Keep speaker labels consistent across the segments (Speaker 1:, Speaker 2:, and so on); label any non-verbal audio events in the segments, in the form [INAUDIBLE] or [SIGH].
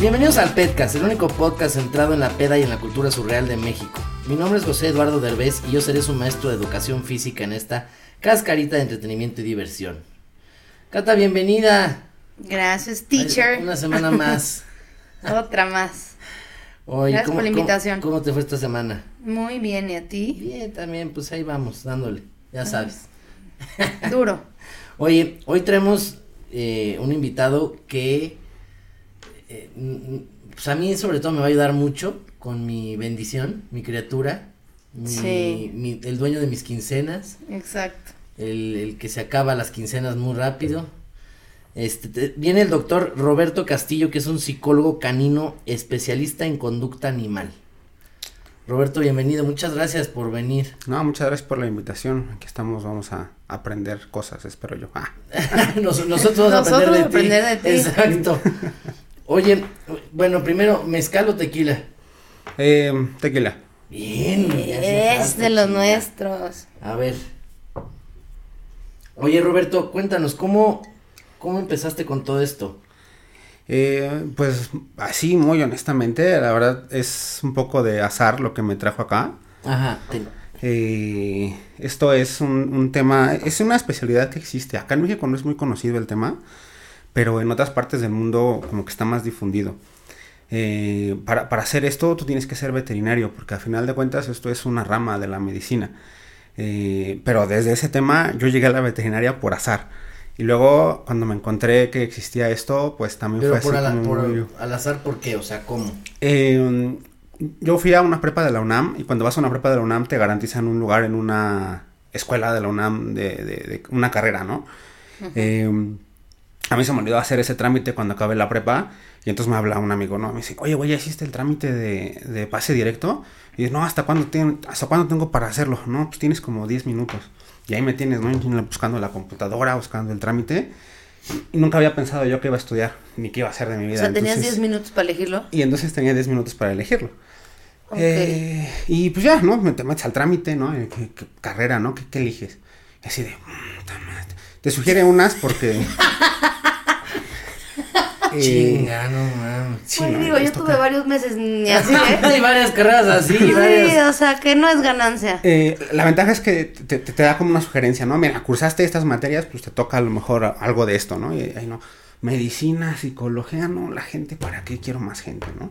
Speaker 1: Bienvenidos al Petcast, el único podcast centrado en la peda y en la cultura surreal de México. Mi nombre es José Eduardo Derbez y yo seré su maestro de educación física en esta cascarita de entretenimiento y diversión. Cata, bienvenida.
Speaker 2: Gracias, teacher.
Speaker 1: Una semana
Speaker 2: [LAUGHS]
Speaker 1: más.
Speaker 2: Otra más.
Speaker 1: Hoy,
Speaker 2: Gracias por la invitación.
Speaker 1: ¿cómo, te fue esta semana?
Speaker 2: Muy bien, ¿y a ti?
Speaker 1: Bien, también, pues ahí vamos, dándole, ya sabes.
Speaker 2: Duro.
Speaker 1: Oye, hoy traemos eh, un invitado que, eh, mm, pues a mí sobre todo me va a ayudar mucho con mi bendición, mi criatura, mi-
Speaker 2: Sí.
Speaker 1: mi- el dueño de mis quincenas.
Speaker 2: Exacto.
Speaker 1: el, el que se acaba las quincenas muy rápido. Este, te- viene el doctor Roberto Castillo, que es un psicólogo canino especialista en conducta animal. Roberto, bienvenido, muchas gracias por venir.
Speaker 3: No, muchas gracias por la invitación. Aquí estamos, vamos a aprender cosas, espero yo. Ah,
Speaker 1: [LAUGHS] Nos- nosotros vamos a
Speaker 2: Nosotros
Speaker 1: aprender,
Speaker 2: aprender
Speaker 1: de
Speaker 2: de
Speaker 1: ti.
Speaker 2: ti.
Speaker 1: Exacto. Oye, bueno, primero, mezcal o tequila.
Speaker 3: eh, tequila.
Speaker 1: Bien. ya se
Speaker 2: Es
Speaker 1: sabe,
Speaker 2: de los
Speaker 1: tequila.
Speaker 2: nuestros.
Speaker 1: A ver. Oye, Roberto, cuéntanos, ¿cómo, cómo empezaste con todo esto?
Speaker 3: Eh, pues así, muy honestamente, la verdad es un poco de azar lo que me trajo acá.
Speaker 1: Ajá, te-
Speaker 3: Eh, esto es un, un tema, es una especialidad que existe. Acá en México no es muy conocido el tema, pero en otras partes del mundo como que está más difundido. Eh, para, para hacer esto tú tienes que ser veterinario, porque al final de cuentas esto es una rama de la medicina. Eh, pero desde ese tema yo llegué a la veterinaria por azar. Y luego cuando me encontré que existía esto, pues también
Speaker 1: Pero
Speaker 3: fue
Speaker 1: por,
Speaker 3: así
Speaker 1: ala-
Speaker 3: como
Speaker 1: por
Speaker 3: muy-
Speaker 1: al azar, ¿por qué? O sea,
Speaker 2: [LAUGHS]
Speaker 1: ¿cómo?
Speaker 3: eh, yo fui a una prepa de la UNAM y cuando vas a una prepa de la UNAM te garantizan un lugar en una escuela de la UNAM de, de- de una carrera, ¿no? Eh, a mí se me olvidó hacer ese trámite cuando acabé la prepa y entonces me habla un amigo, ¿no? Me dice, oye, güey, ¿ya hiciste el trámite de, de pase directo? Y yo, no, ¿hasta cuándo, ten- ¿hasta cuándo tengo para hacerlo? No, pues tienes como 10 minutos. Y ahí me tienes, ¿no? Buscando la computadora, buscando el trámite. Y nunca había pensado yo que iba a estudiar, ni qué iba a hacer de mi vida.
Speaker 2: O sea, tenías
Speaker 3: Entonces-
Speaker 2: 10 minutos para elegirlo.
Speaker 3: y entonces tenía 10 minutos para elegirlo.
Speaker 2: Ok.
Speaker 3: Eh, y pues ya, ¿no? Me te metes al trámite, ¿no? Eh, ¿Qué, qué carrera, ¿no? ¿Qué, qué eliges? Y así de... "Mm, ta madre". Te sugiere unas porque... Eh,
Speaker 1: Chinga, no mames.
Speaker 3: sí,
Speaker 2: Pues
Speaker 3: ¿no?
Speaker 2: digo, yo
Speaker 3: Esto
Speaker 2: tuve
Speaker 3: que-
Speaker 2: varios meses ni
Speaker 1: [LAUGHS]
Speaker 2: así, ¿eh?
Speaker 1: Hay varias carreras así,
Speaker 2: [LAUGHS] Sí,
Speaker 1: varias.
Speaker 2: o sea, que no es ganancia.
Speaker 3: Eh, la ventaja es que te, te- te da como una sugerencia, ¿no? Mira, cursaste estas materias, pues te toca a lo mejor a- algo de esto, ¿no? Y ahí no. Medicina, psicología, no, la gente, ¿para qué quiero más gente, no?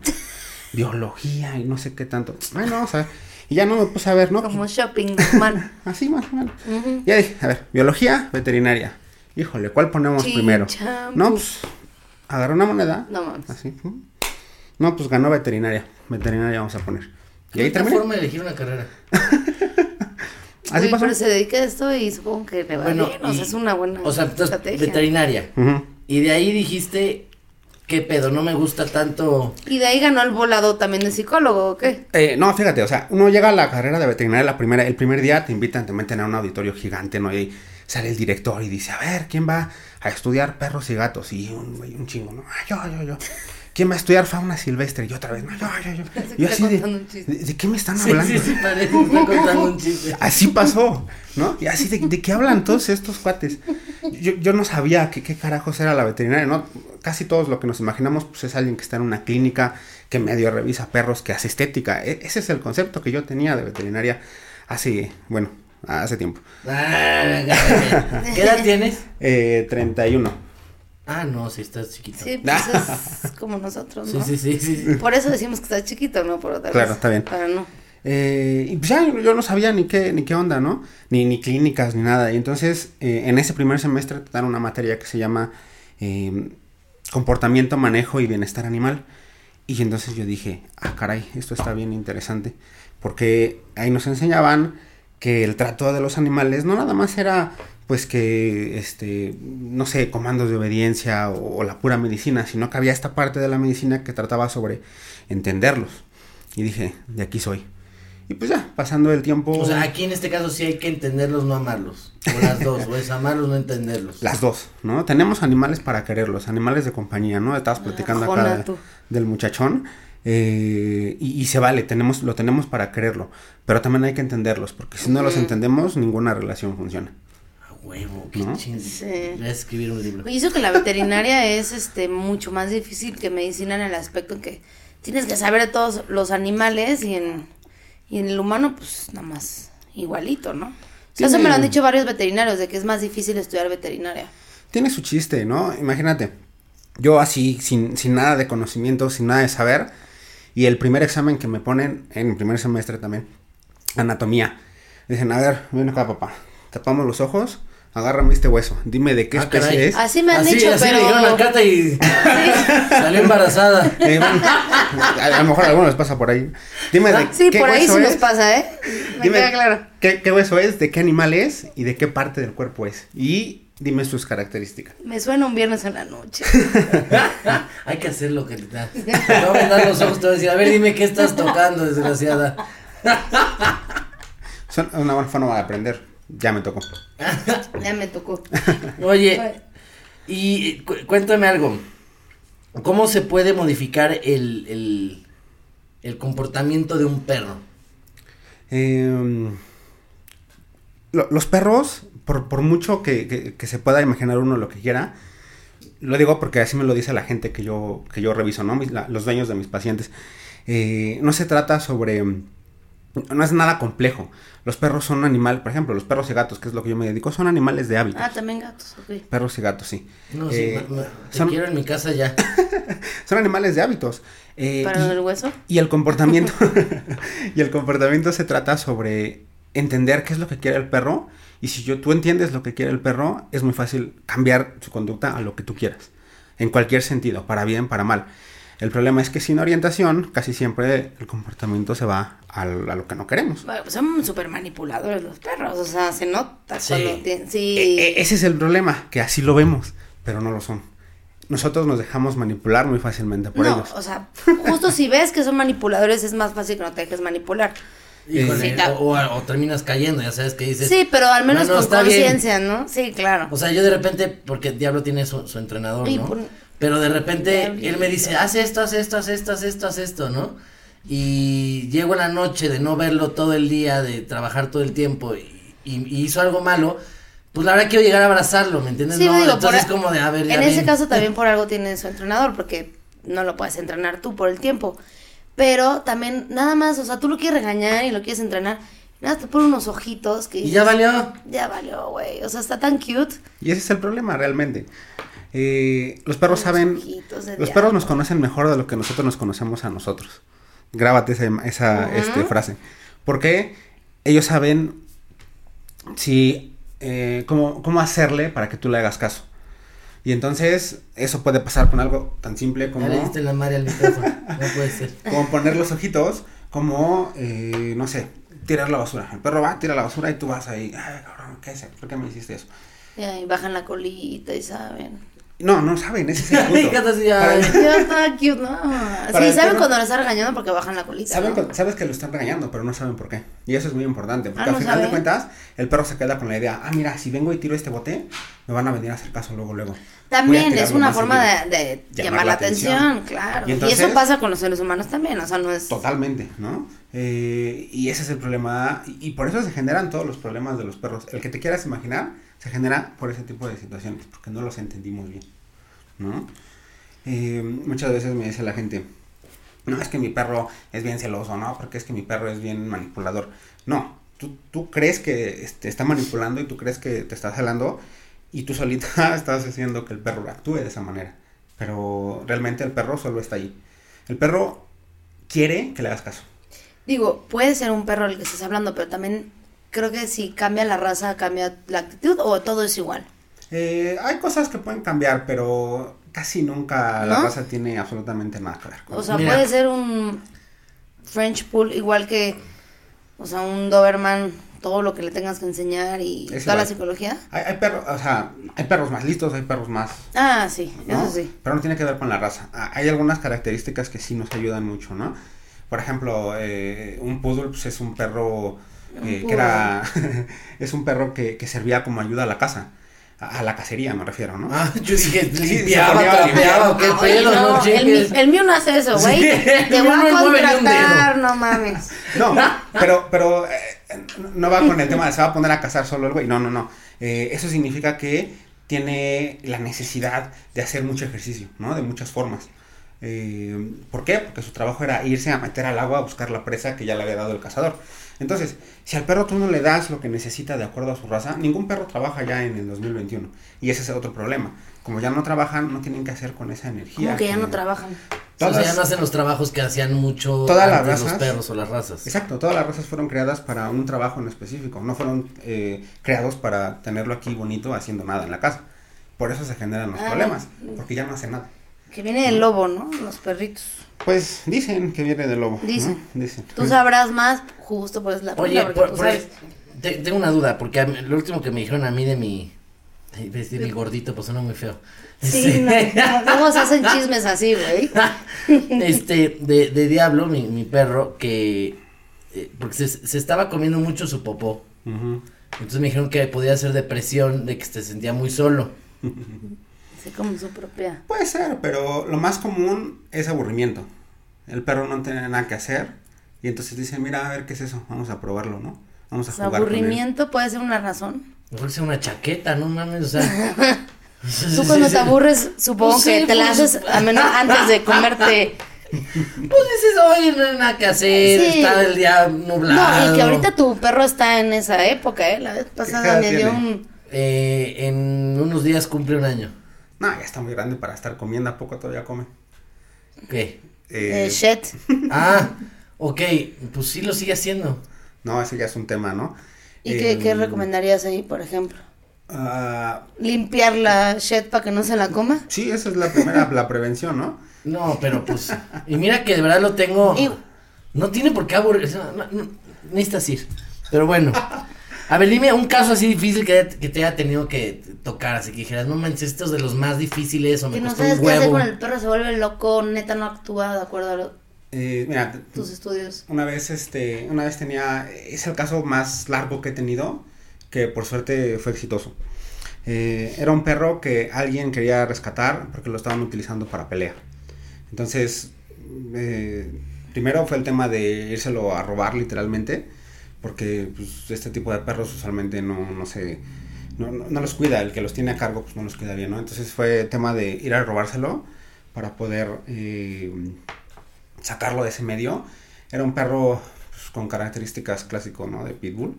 Speaker 3: Biología y no sé qué tanto. Bueno, o sea, y ya no me puse a ver, ¿no?
Speaker 1: [LAUGHS]
Speaker 2: Como shopping, man.
Speaker 3: Así más o menos. Ya dije, a ver, biología, veterinaria. Híjole, ¿cuál ponemos
Speaker 2: Chin,
Speaker 3: primero?
Speaker 2: champú.
Speaker 3: No, pues, agarró una moneda.
Speaker 2: No mames.
Speaker 3: Así. ¿no? No, pues ganó veterinaria. Veterinaria vamos a poner. Y ahí
Speaker 1: otra
Speaker 3: terminé.
Speaker 1: forma de elegir una carrera.
Speaker 3: Así
Speaker 2: Uy,
Speaker 3: pasó.
Speaker 2: Pero se dedica a esto y supongo que le va bien. O
Speaker 1: y-
Speaker 2: sea, es una buena
Speaker 1: O sea, estás
Speaker 2: estrategia.
Speaker 1: veterinaria.
Speaker 3: Ujú.
Speaker 1: Y de ahí dijiste, ¿qué pedo? No me gusta tanto.
Speaker 2: Y de ahí ganó el volado también de psicólogo, ¿o qué?
Speaker 3: Eh, no, fíjate, o sea, uno llega a la carrera de veterinaria la primera, el primer día te invitan, te meten a un auditorio gigante, ¿no? Y ahí sale el director y dice, a ver, ¿quién va a estudiar perros y gatos? Y un, güey, un chingo, ¿no? Ah, yo, yo, yo. ¿Quién va a estudiar fauna silvestre? Y otra vez, no, yo, yo, yo.
Speaker 2: Parece que
Speaker 3: Yo
Speaker 2: está
Speaker 3: así de,
Speaker 2: contando un chiste.
Speaker 3: ¿de, de qué me están
Speaker 1: Sí,
Speaker 3: hablando?
Speaker 1: sí, sí, parece que está contando un
Speaker 3: [LAUGHS]
Speaker 1: chiste.
Speaker 3: Así pasó, ¿no? Y así, ¿de, de qué hablan todos estos cuates? Yo, yo no sabía que- qué carajos era la veterinaria, ¿no? Casi todos lo que nos imaginamos pues, es alguien que está en una clínica, que medio revisa perros, que hace estética. E- ese es el concepto que yo tenía de veterinaria hace, bueno, Ah, hace tiempo.
Speaker 1: Ah, cállate. ¿Qué edad tienes?
Speaker 3: Eh, 31.
Speaker 1: Ah, no, si estás chiquito.
Speaker 2: Sí, pues
Speaker 1: [LAUGHS]
Speaker 2: es como nosotros,
Speaker 1: Sí,
Speaker 2: ¿no?
Speaker 1: sí, sí, sí, sí.
Speaker 2: Por eso decimos que está chiquito, ¿no? Por otra
Speaker 3: Claro,
Speaker 2: cosa.
Speaker 3: está bien.
Speaker 2: Para no.
Speaker 3: Eh, y pues ya yo no sabía ni qué, ni qué onda, ¿no? Ni, ni clínicas, ni nada. Y entonces, eh, en ese primer semestre te dan una materia que se llama eh, Comportamiento, Manejo y Bienestar Animal. Y entonces yo dije, ah, caray, esto está bien interesante. Porque ahí nos enseñaban que el trato de los animales no nada más era, pues que, este, no sé, comandos de obediencia o, o la pura medicina, sino que había esta parte de la medicina que trataba sobre entenderlos. Y dije, de aquí soy. Y pues ya, pasando el tiempo.
Speaker 1: O sea, aquí en este caso sí hay que entenderlos, no amarlos. O las dos, o es amarlos, no entenderlos.
Speaker 3: Las dos, ¿no? Tenemos animales para quererlos, animales de compañía, ¿no? Estabas platicando
Speaker 2: Ah, jona,
Speaker 3: acá de-
Speaker 2: tú.
Speaker 3: del muchachón. eh, y, y se vale, tenemos, lo tenemos para quererlo. Pero también hay que entenderlos, porque si no los entendemos, ninguna relación funciona.
Speaker 1: A huevo, qué
Speaker 3: ¿No?
Speaker 1: chingón.
Speaker 2: Sí.
Speaker 1: Voy a escribir un libro.
Speaker 2: Y eso que la veterinaria [LAUGHS] es este mucho más difícil que medicina en el aspecto en que tienes que saber de todos los animales y en, y en el humano, pues nada más igualito, ¿no? O sea, eso me lo han dicho varios veterinarios, de que es más difícil estudiar veterinaria.
Speaker 3: Tiene su chiste, ¿no? Imagínate, yo así, sin, sin nada de conocimiento, sin nada de saber, y el primer examen que me ponen, en el primer semestre también, anatomía. Dicen, a ver, ven acá, papá, tapamos los ojos, agárrame este hueso, dime de qué
Speaker 1: Ah,
Speaker 3: especie
Speaker 1: caray.
Speaker 3: es.
Speaker 2: Así me han
Speaker 1: así,
Speaker 2: dicho,
Speaker 1: así
Speaker 2: pero-
Speaker 1: le dieron la carta
Speaker 2: [LAUGHS]
Speaker 1: y salió embarazada. [LAUGHS]
Speaker 3: Eh, bueno, a, a lo mejor a algunos les pasa por ahí. Dime de
Speaker 2: Ah, Sí,
Speaker 3: qué
Speaker 2: por ahí
Speaker 3: hueso
Speaker 2: sí nos
Speaker 3: es,
Speaker 2: pasa, ¿eh? [LAUGHS] Me
Speaker 3: dime
Speaker 2: queda claro.
Speaker 3: Qué, qué hueso es? ¿De qué animal es? ¿Y de qué parte del cuerpo es? Y dime sus características.
Speaker 2: Me suena un viernes en la
Speaker 3: [LAUGHS]
Speaker 2: noche.
Speaker 1: Hay que hacerlo, Carita. Te voy a vendar los ojos, te voy a decir, a ver, dime qué estás tocando, desgraciada.
Speaker 3: Son una buena forma de aprender. Ya me tocó.
Speaker 2: Ya me tocó.
Speaker 1: Oye, y eh, cu- cuéntame algo. ¿Cómo se puede modificar el, el, el comportamiento de un perro?
Speaker 3: Eh, lo- los perros, por, por mucho que, que- que se pueda imaginar uno lo que quiera, lo digo porque así me lo dice la gente que yo, que yo reviso, ¿no? Mis- la- los dueños de mis pacientes. Eh, no se trata sobre... mm, No es nada complejo. Los perros son animal, por ejemplo, los perros y gatos, que es lo que yo me dedico, son animales de hábitat.
Speaker 2: Ah, también gatos, ok.
Speaker 3: Perros y gatos, sí.
Speaker 1: No, sí,
Speaker 3: Eh,
Speaker 1: ma- ma- te
Speaker 3: son,
Speaker 1: quiero en mi casa ya.
Speaker 3: son animales de hábitos. Eh,
Speaker 2: ¿Para
Speaker 3: y-
Speaker 2: el hueso?
Speaker 3: y
Speaker 2: [LAUGHS]
Speaker 3: el comportamiento. [LAUGHS] y el comportamiento se trata sobre entender qué es lo que quiere el perro. Y si yo, tú entiendes lo que quiere el perro, es muy fácil cambiar su conducta a lo que tú quieras. En cualquier sentido, para bien, para mal. El problema es que sin orientación, casi siempre el comportamiento se va al- a lo que no queremos.
Speaker 2: Bueno, son súper manipuladores los perros, o sea, se nota
Speaker 1: Sí.
Speaker 2: cuando tienen...
Speaker 3: E-
Speaker 2: Sí.
Speaker 3: e- ese es el problema, que así lo vemos, pero no lo son. Nosotros nos dejamos manipular muy fácilmente por
Speaker 2: no,
Speaker 3: ellos.
Speaker 2: o sea, justo si ves que son manipuladores es más fácil que no te dejes manipular.
Speaker 1: Híjole,
Speaker 2: Sí, ta-
Speaker 1: o, o- o terminas cayendo, ya sabes que dices.
Speaker 2: Sí, pero al menos
Speaker 1: "No, no,
Speaker 2: con
Speaker 1: está bien". Pues,
Speaker 2: conciencia, ¿no? Sí, claro.
Speaker 1: O sea, yo de repente, porque Diablo tiene su, su entrenador,
Speaker 2: Y
Speaker 1: ¿no?
Speaker 2: por-
Speaker 1: Pero de repente
Speaker 2: Diablito.
Speaker 1: él me dice, haz esto, haz esto, haz esto, haz esto, haz esto, ¿no? Y llego en la noche de no verlo todo el día, de trabajar todo el tiempo y, y- y hizo algo malo, pues la verdad quiero llegar a abrazarlo, ¿me entiendes?
Speaker 2: Sí,
Speaker 1: no,
Speaker 2: digo,
Speaker 1: entonces
Speaker 2: por-
Speaker 1: como de, a ver, ya
Speaker 2: En ese
Speaker 1: ven".
Speaker 2: caso también por algo tiene su entrenador, porque no lo puedes entrenar tú por el tiempo. Pero también, nada más, o sea, tú lo quieres regañar y lo quieres entrenar, nada, más te ponen unos ojitos que...
Speaker 1: Y
Speaker 2: dices,
Speaker 1: ya valió.
Speaker 2: Ya valió, güey. O sea, está tan cute.
Speaker 3: Y ese es el problema realmente. Eh, los
Speaker 2: Los
Speaker 3: perros saben,
Speaker 2: ojitos de
Speaker 3: los perros
Speaker 2: diablo.
Speaker 3: nos conocen mejor de lo que nosotros nos conocemos a nosotros. Grábate esa, im- esa, este, frase. Porque ellos saben si, eh, cómo, cómo hacerle para que tú le hagas caso. Y entonces eso puede pasar con algo tan simple como
Speaker 1: Ya le diste la madre al micrófono, no puede ser.
Speaker 3: como poner los ojitos, como, eh, no sé, tirar la basura. El perro va, tira la basura y tú vas ahí, ay, cabrón, ¿qué es eso? ¿Por qué me hiciste eso?
Speaker 2: Ya, Y bajan la colita y saben.
Speaker 3: No, no saben, ese
Speaker 2: [LAUGHS]
Speaker 3: es el punto.
Speaker 1: Fíjate así, ya.
Speaker 3: Para mí-
Speaker 2: Ya está cute, ¿no?
Speaker 3: Para
Speaker 2: Sí,
Speaker 3: el
Speaker 2: saben
Speaker 3: perro-
Speaker 2: cuando lo están regañando porque bajan la colita.
Speaker 3: Saben
Speaker 2: ¿no?
Speaker 3: cu- sabes que lo están regañando, pero no saben por qué. Y eso es muy importante, porque
Speaker 2: Ah,
Speaker 3: al
Speaker 2: no
Speaker 3: final
Speaker 2: saben.
Speaker 3: de cuentas, el perro se queda con la idea, ah, mira, si vengo y tiro este bote, me van a venir a hacer caso luego, luego.
Speaker 2: También es una forma de, de llamar, la atención, claro.
Speaker 3: Y
Speaker 2: Y,
Speaker 3: entonces-
Speaker 2: eso pasa con los seres humanos también, o sea, no es...
Speaker 3: Totalmente, ¿no? Eh, y ese es el problema, y, y por eso se generan todos los problemas de los perros. El que te quieras imaginar, se genera por ese tipo de situaciones, porque no los entendimos bien, ¿no? Eh, muchas veces me dice la gente, no, es que mi perro es bien celoso, no, porque es que mi perro es bien manipulador. No, tú, tú crees que es- te está manipulando y tú crees que te está jalando y tú solita [LAUGHS] estás haciendo que el perro actúe de esa manera. Pero realmente el perro solo está ahí. El perro quiere que le hagas caso.
Speaker 2: Digo, puede ser un perro el que estás hablando, pero también creo que si cambia la raza, cambia la actitud o todo es igual.
Speaker 3: Eh, hay cosas que pueden cambiar, pero casi nunca la
Speaker 2: ¿No?
Speaker 3: raza tiene absolutamente nada que ver con
Speaker 2: O sea,
Speaker 1: Mira.
Speaker 2: puede ser un French Pool igual que, o sea, un Doberman, todo lo que le tengas que enseñar y
Speaker 3: Es
Speaker 2: toda la
Speaker 3: igual.
Speaker 2: psicología.
Speaker 3: Hay, hay perros, o sea, hay perros más listos, hay perros más,
Speaker 2: Ah, sí,
Speaker 3: ¿no?
Speaker 2: eso sí.
Speaker 3: Pero no tiene que ver con la raza. Ah, Hay algunas características que sí nos ayudan mucho, ¿no? Por ejemplo, eh, un poodle pues, es un perro eh, que era, [LAUGHS] es un perro que, que servía como ayuda a la casa, a, a la cacería me refiero, ¿no?
Speaker 1: Ah, [LAUGHS] yo dije,
Speaker 3: se
Speaker 1: limpiaba,
Speaker 3: ponía a limpiar.
Speaker 1: trapeaba, qué
Speaker 2: Ah, Oye,
Speaker 1: pedo,
Speaker 2: no,
Speaker 1: no,
Speaker 2: el,
Speaker 1: chingues.
Speaker 2: mi- el mío no hace eso,
Speaker 1: Sí,
Speaker 2: güey.
Speaker 1: el
Speaker 2: Te
Speaker 1: mío
Speaker 2: voy a
Speaker 1: no mueve ni un
Speaker 2: contratar, no mames. [LAUGHS]
Speaker 3: No, pero, pero eh, no va con el tema de se va a poner a cazar solo el güey. No, no, no. Eh, eso significa que tiene la necesidad de hacer mucho ejercicio, ¿no? De muchas formas. Eh, ¿Por qué? Porque su trabajo era irse a meter al agua a buscar la presa que ya le había dado el cazador. Entonces, si al perro tú no le das lo que necesita de acuerdo a su raza, ningún perro trabaja ya en el 2021. Y ese es otro problema. Como ya no trabajan, no tienen que hacer con esa energía.
Speaker 2: Como que ya no trabajan.
Speaker 1: O sea,
Speaker 3: Todas-
Speaker 1: ya no hacen los trabajos que hacían mucho
Speaker 3: Todas las
Speaker 1: antes los
Speaker 3: razas.
Speaker 1: perros o las razas.
Speaker 3: Exacto, todas las razas fueron creadas para un trabajo en específico, no fueron eh, creados para tenerlo aquí bonito haciendo nada en la casa. Por eso se generan los
Speaker 2: Ah.
Speaker 3: problemas, porque ya no hace nada.
Speaker 2: Que viene del lobo, ¿no? Los perritos.
Speaker 3: Pues dicen que viene del lobo. ¿no?
Speaker 2: Dicen.
Speaker 3: Dicen.
Speaker 2: Tú sabrás más justo por la
Speaker 1: Oye,
Speaker 2: pregunta, porque pues,
Speaker 1: por-
Speaker 2: tú
Speaker 1: por-
Speaker 2: sabes.
Speaker 1: te- tengo una duda, porque a mí- lo último que me dijeron a mí de mi, de, de mi gordito, pues suena muy feo. [LAUGHS]
Speaker 2: Sí, no, no, luego se hacen chismes así, güey.
Speaker 1: este, de, de Diablo, mi, mi perro, que. eh, porque se, se estaba comiendo mucho su popó.
Speaker 3: Ujú.
Speaker 1: Entonces me dijeron que podía ser depresión, de que se sentía muy solo.
Speaker 2: Así como su propia.
Speaker 3: Puede ser, pero lo más común es aburrimiento. El perro no tiene nada que hacer y entonces dicen, mira, a ver qué es eso, vamos a probarlo, ¿no? Vamos a
Speaker 2: O sea,
Speaker 3: jugar. con él".
Speaker 2: Pues aburrimiento puede ser una razón.
Speaker 1: Mejor que sea una chaqueta, no mames, o sea.
Speaker 2: [LAUGHS]
Speaker 1: [LAUGHS]
Speaker 2: Tú cuando te aburres, supongo
Speaker 1: Pues
Speaker 2: que
Speaker 1: sí,
Speaker 2: te la
Speaker 1: pues-
Speaker 2: haces a menos antes de comerte.
Speaker 1: Pues dices, oye, no hay nada que hacer,
Speaker 2: Sí.
Speaker 1: está el día nublado.
Speaker 2: No, y que ahorita tu perro está en esa época, ¿eh? La vez pasada
Speaker 3: edad
Speaker 2: me dio
Speaker 3: tiene?
Speaker 2: un.
Speaker 1: Eh, en unos días cumple un año.
Speaker 3: No, ya está muy grande para estar comiendo, ¿a poco todavía come?
Speaker 1: ¿Qué?
Speaker 3: Eh,
Speaker 2: Eh, shit.
Speaker 1: Ah, ok, pues sí lo sigue haciendo.
Speaker 3: no, ese ya es un tema, ¿no?
Speaker 2: ¿Y qué, qué
Speaker 3: Eh,
Speaker 2: recomendarías ahí, por ejemplo?
Speaker 3: ah,
Speaker 2: ¿Limpiar la shit para que no se la coma?
Speaker 3: Sí, esa es la primera, la prevención, ¿no?
Speaker 1: No, pero pues. Y mira que de verdad lo tengo.
Speaker 2: Y-
Speaker 1: No tiene por qué aburrir. No, no, no, necesitas ir. Pero bueno. A ver, dime un caso así difícil que, que te haya tenido que tocar. Así que dijeras, no manches, estos de los más difíciles o me
Speaker 2: Que no
Speaker 1: costó
Speaker 2: sabes
Speaker 1: pues, un
Speaker 2: qué hacer
Speaker 1: huevo.
Speaker 2: con el perro, se vuelve loco, neta no actúa de acuerdo a lo-
Speaker 3: Eh, mira, t-
Speaker 2: tus estudios.
Speaker 3: una vez, este, una vez tenía, es el caso más largo que he tenido, que por suerte fue exitoso. Eh, era un perro que alguien quería rescatar porque lo estaban utilizando para pelea. Entonces, eh, primero fue el tema de írselo a robar literalmente, porque pues, este tipo de perros usualmente no, no se... No, no- no los cuida, el que los tiene a cargo pues no los cuida bien, ¿no? Entonces fue tema de ir a robárselo para poder eh, sacarlo de ese medio. Era un perro pues, con características clásico, ¿no? De pitbull.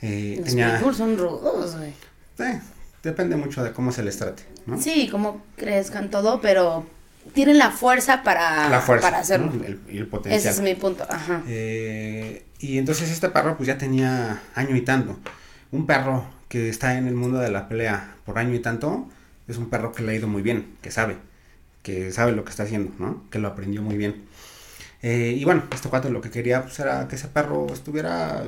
Speaker 3: Eh,
Speaker 2: Los
Speaker 3: tenía-
Speaker 2: pitbulls son rudos, güey.
Speaker 3: eh, depende mucho de cómo se les trate, ¿no?
Speaker 2: Sí, como crezcan todo, pero tienen la fuerza para,
Speaker 3: la fuerza
Speaker 2: para hacerlo.
Speaker 3: ¿no? el, el
Speaker 2: Ese
Speaker 3: potencial.
Speaker 2: es mi punto, ajá.
Speaker 3: Eh, y entonces este perro pues ya tenía año y tanto. Un perro que está en el mundo de la pelea por año y tanto es un perro que le ha ido muy bien, que sabe, que sabe lo que está haciendo, ¿no? Que lo aprendió muy bien. Eh, y bueno, este cuate lo que quería pues, era que ese perro estuviera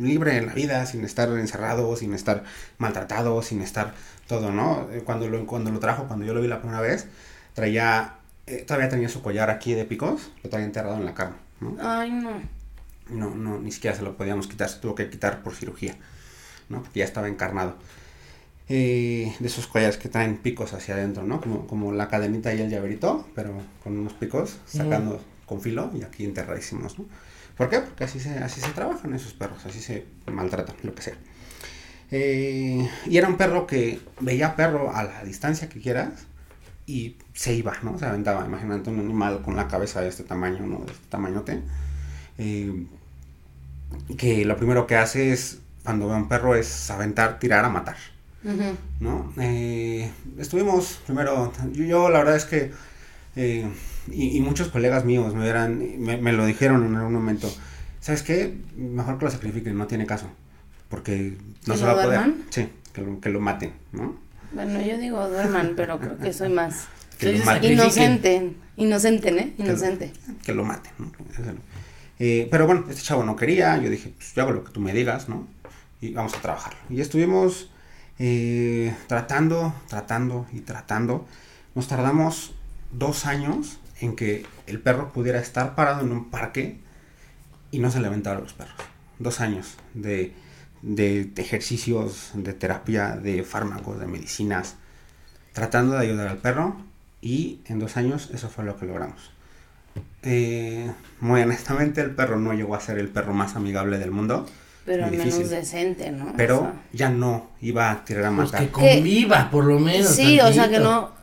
Speaker 3: libre en la vida, sin estar encerrado, sin estar maltratado, sin estar todo, ¿no? Eh, Cuando lo, cuando lo trajo, cuando yo lo vi la primera vez, traía, eh, todavía tenía su collar aquí de picos, lo traía enterrado en la carne, ¿no?
Speaker 2: Ay, no.
Speaker 3: no, no, ni siquiera se lo podíamos quitar, se tuvo que quitar por cirugía, ¿no? Porque ya estaba encarnado. Eh, de esos collares que traen picos hacia adentro, ¿no? Como, como la cadenita y el llaverito, pero con unos picos sacando con filo y aquí enterradísimos, ¿no? ¿Por qué? Porque así se, así se trabajan esos perros, así se maltratan, lo que sea. Eh, y era un perro que veía perro a la distancia que quieras y se iba, ¿no? Se aventaba, imagínate un animal con la cabeza de este tamaño, ¿no? De este tamañote. Eh, que lo primero que hace es, cuando ve a un perro, es aventar, tirar a matar.
Speaker 2: Ujú.
Speaker 3: ¿no? Eh, estuvimos primero, yo, yo la verdad es que, eh, y, y muchos colegas míos me, hubieran- me, me lo dijeron en algún momento, ¿sabes qué? Mejor que lo sacrifiquen, no tiene caso, porque no
Speaker 2: ¿Que lo
Speaker 3: se va a poder.
Speaker 2: duerman?
Speaker 3: Sí, que lo, que lo maten, ¿no?
Speaker 2: Bueno, yo digo duerman, pero creo que soy
Speaker 3: [LAUGHS]
Speaker 2: más
Speaker 3: Que
Speaker 1: Sí,
Speaker 3: lo
Speaker 1: sí,
Speaker 3: maten.
Speaker 1: Sacrifiquen.
Speaker 2: inocente. Inocente, ¿eh?
Speaker 3: que lo-
Speaker 2: Inocente.
Speaker 3: Que lo maten, ¿no? Eh, pero bueno, este chavo no quería, yo dije, pues yo hago lo que tú me digas, ¿no? Y vamos a trabajarlo. Y estuvimos eh, tratando, tratando y tratando. Nos tardamos dos años en que el perro pudiera estar parado en un parque y no se le aventaban los perros. Dos años de, de ejercicios, de terapia, de fármacos, de medicinas, tratando de ayudar al perro y en dos años eso fue lo que logramos. Eh, muy honestamente, el perro no llegó a ser el perro más amigable del mundo.
Speaker 2: Pero
Speaker 3: Muy
Speaker 2: al menos
Speaker 3: difícil.
Speaker 2: decente, ¿no?
Speaker 3: Pero
Speaker 2: O sea,
Speaker 3: ya no iba a tirar a
Speaker 1: Pues
Speaker 3: matar.
Speaker 1: que conviva, por lo menos.
Speaker 2: sí, o sea que
Speaker 1: tantito.
Speaker 2: no.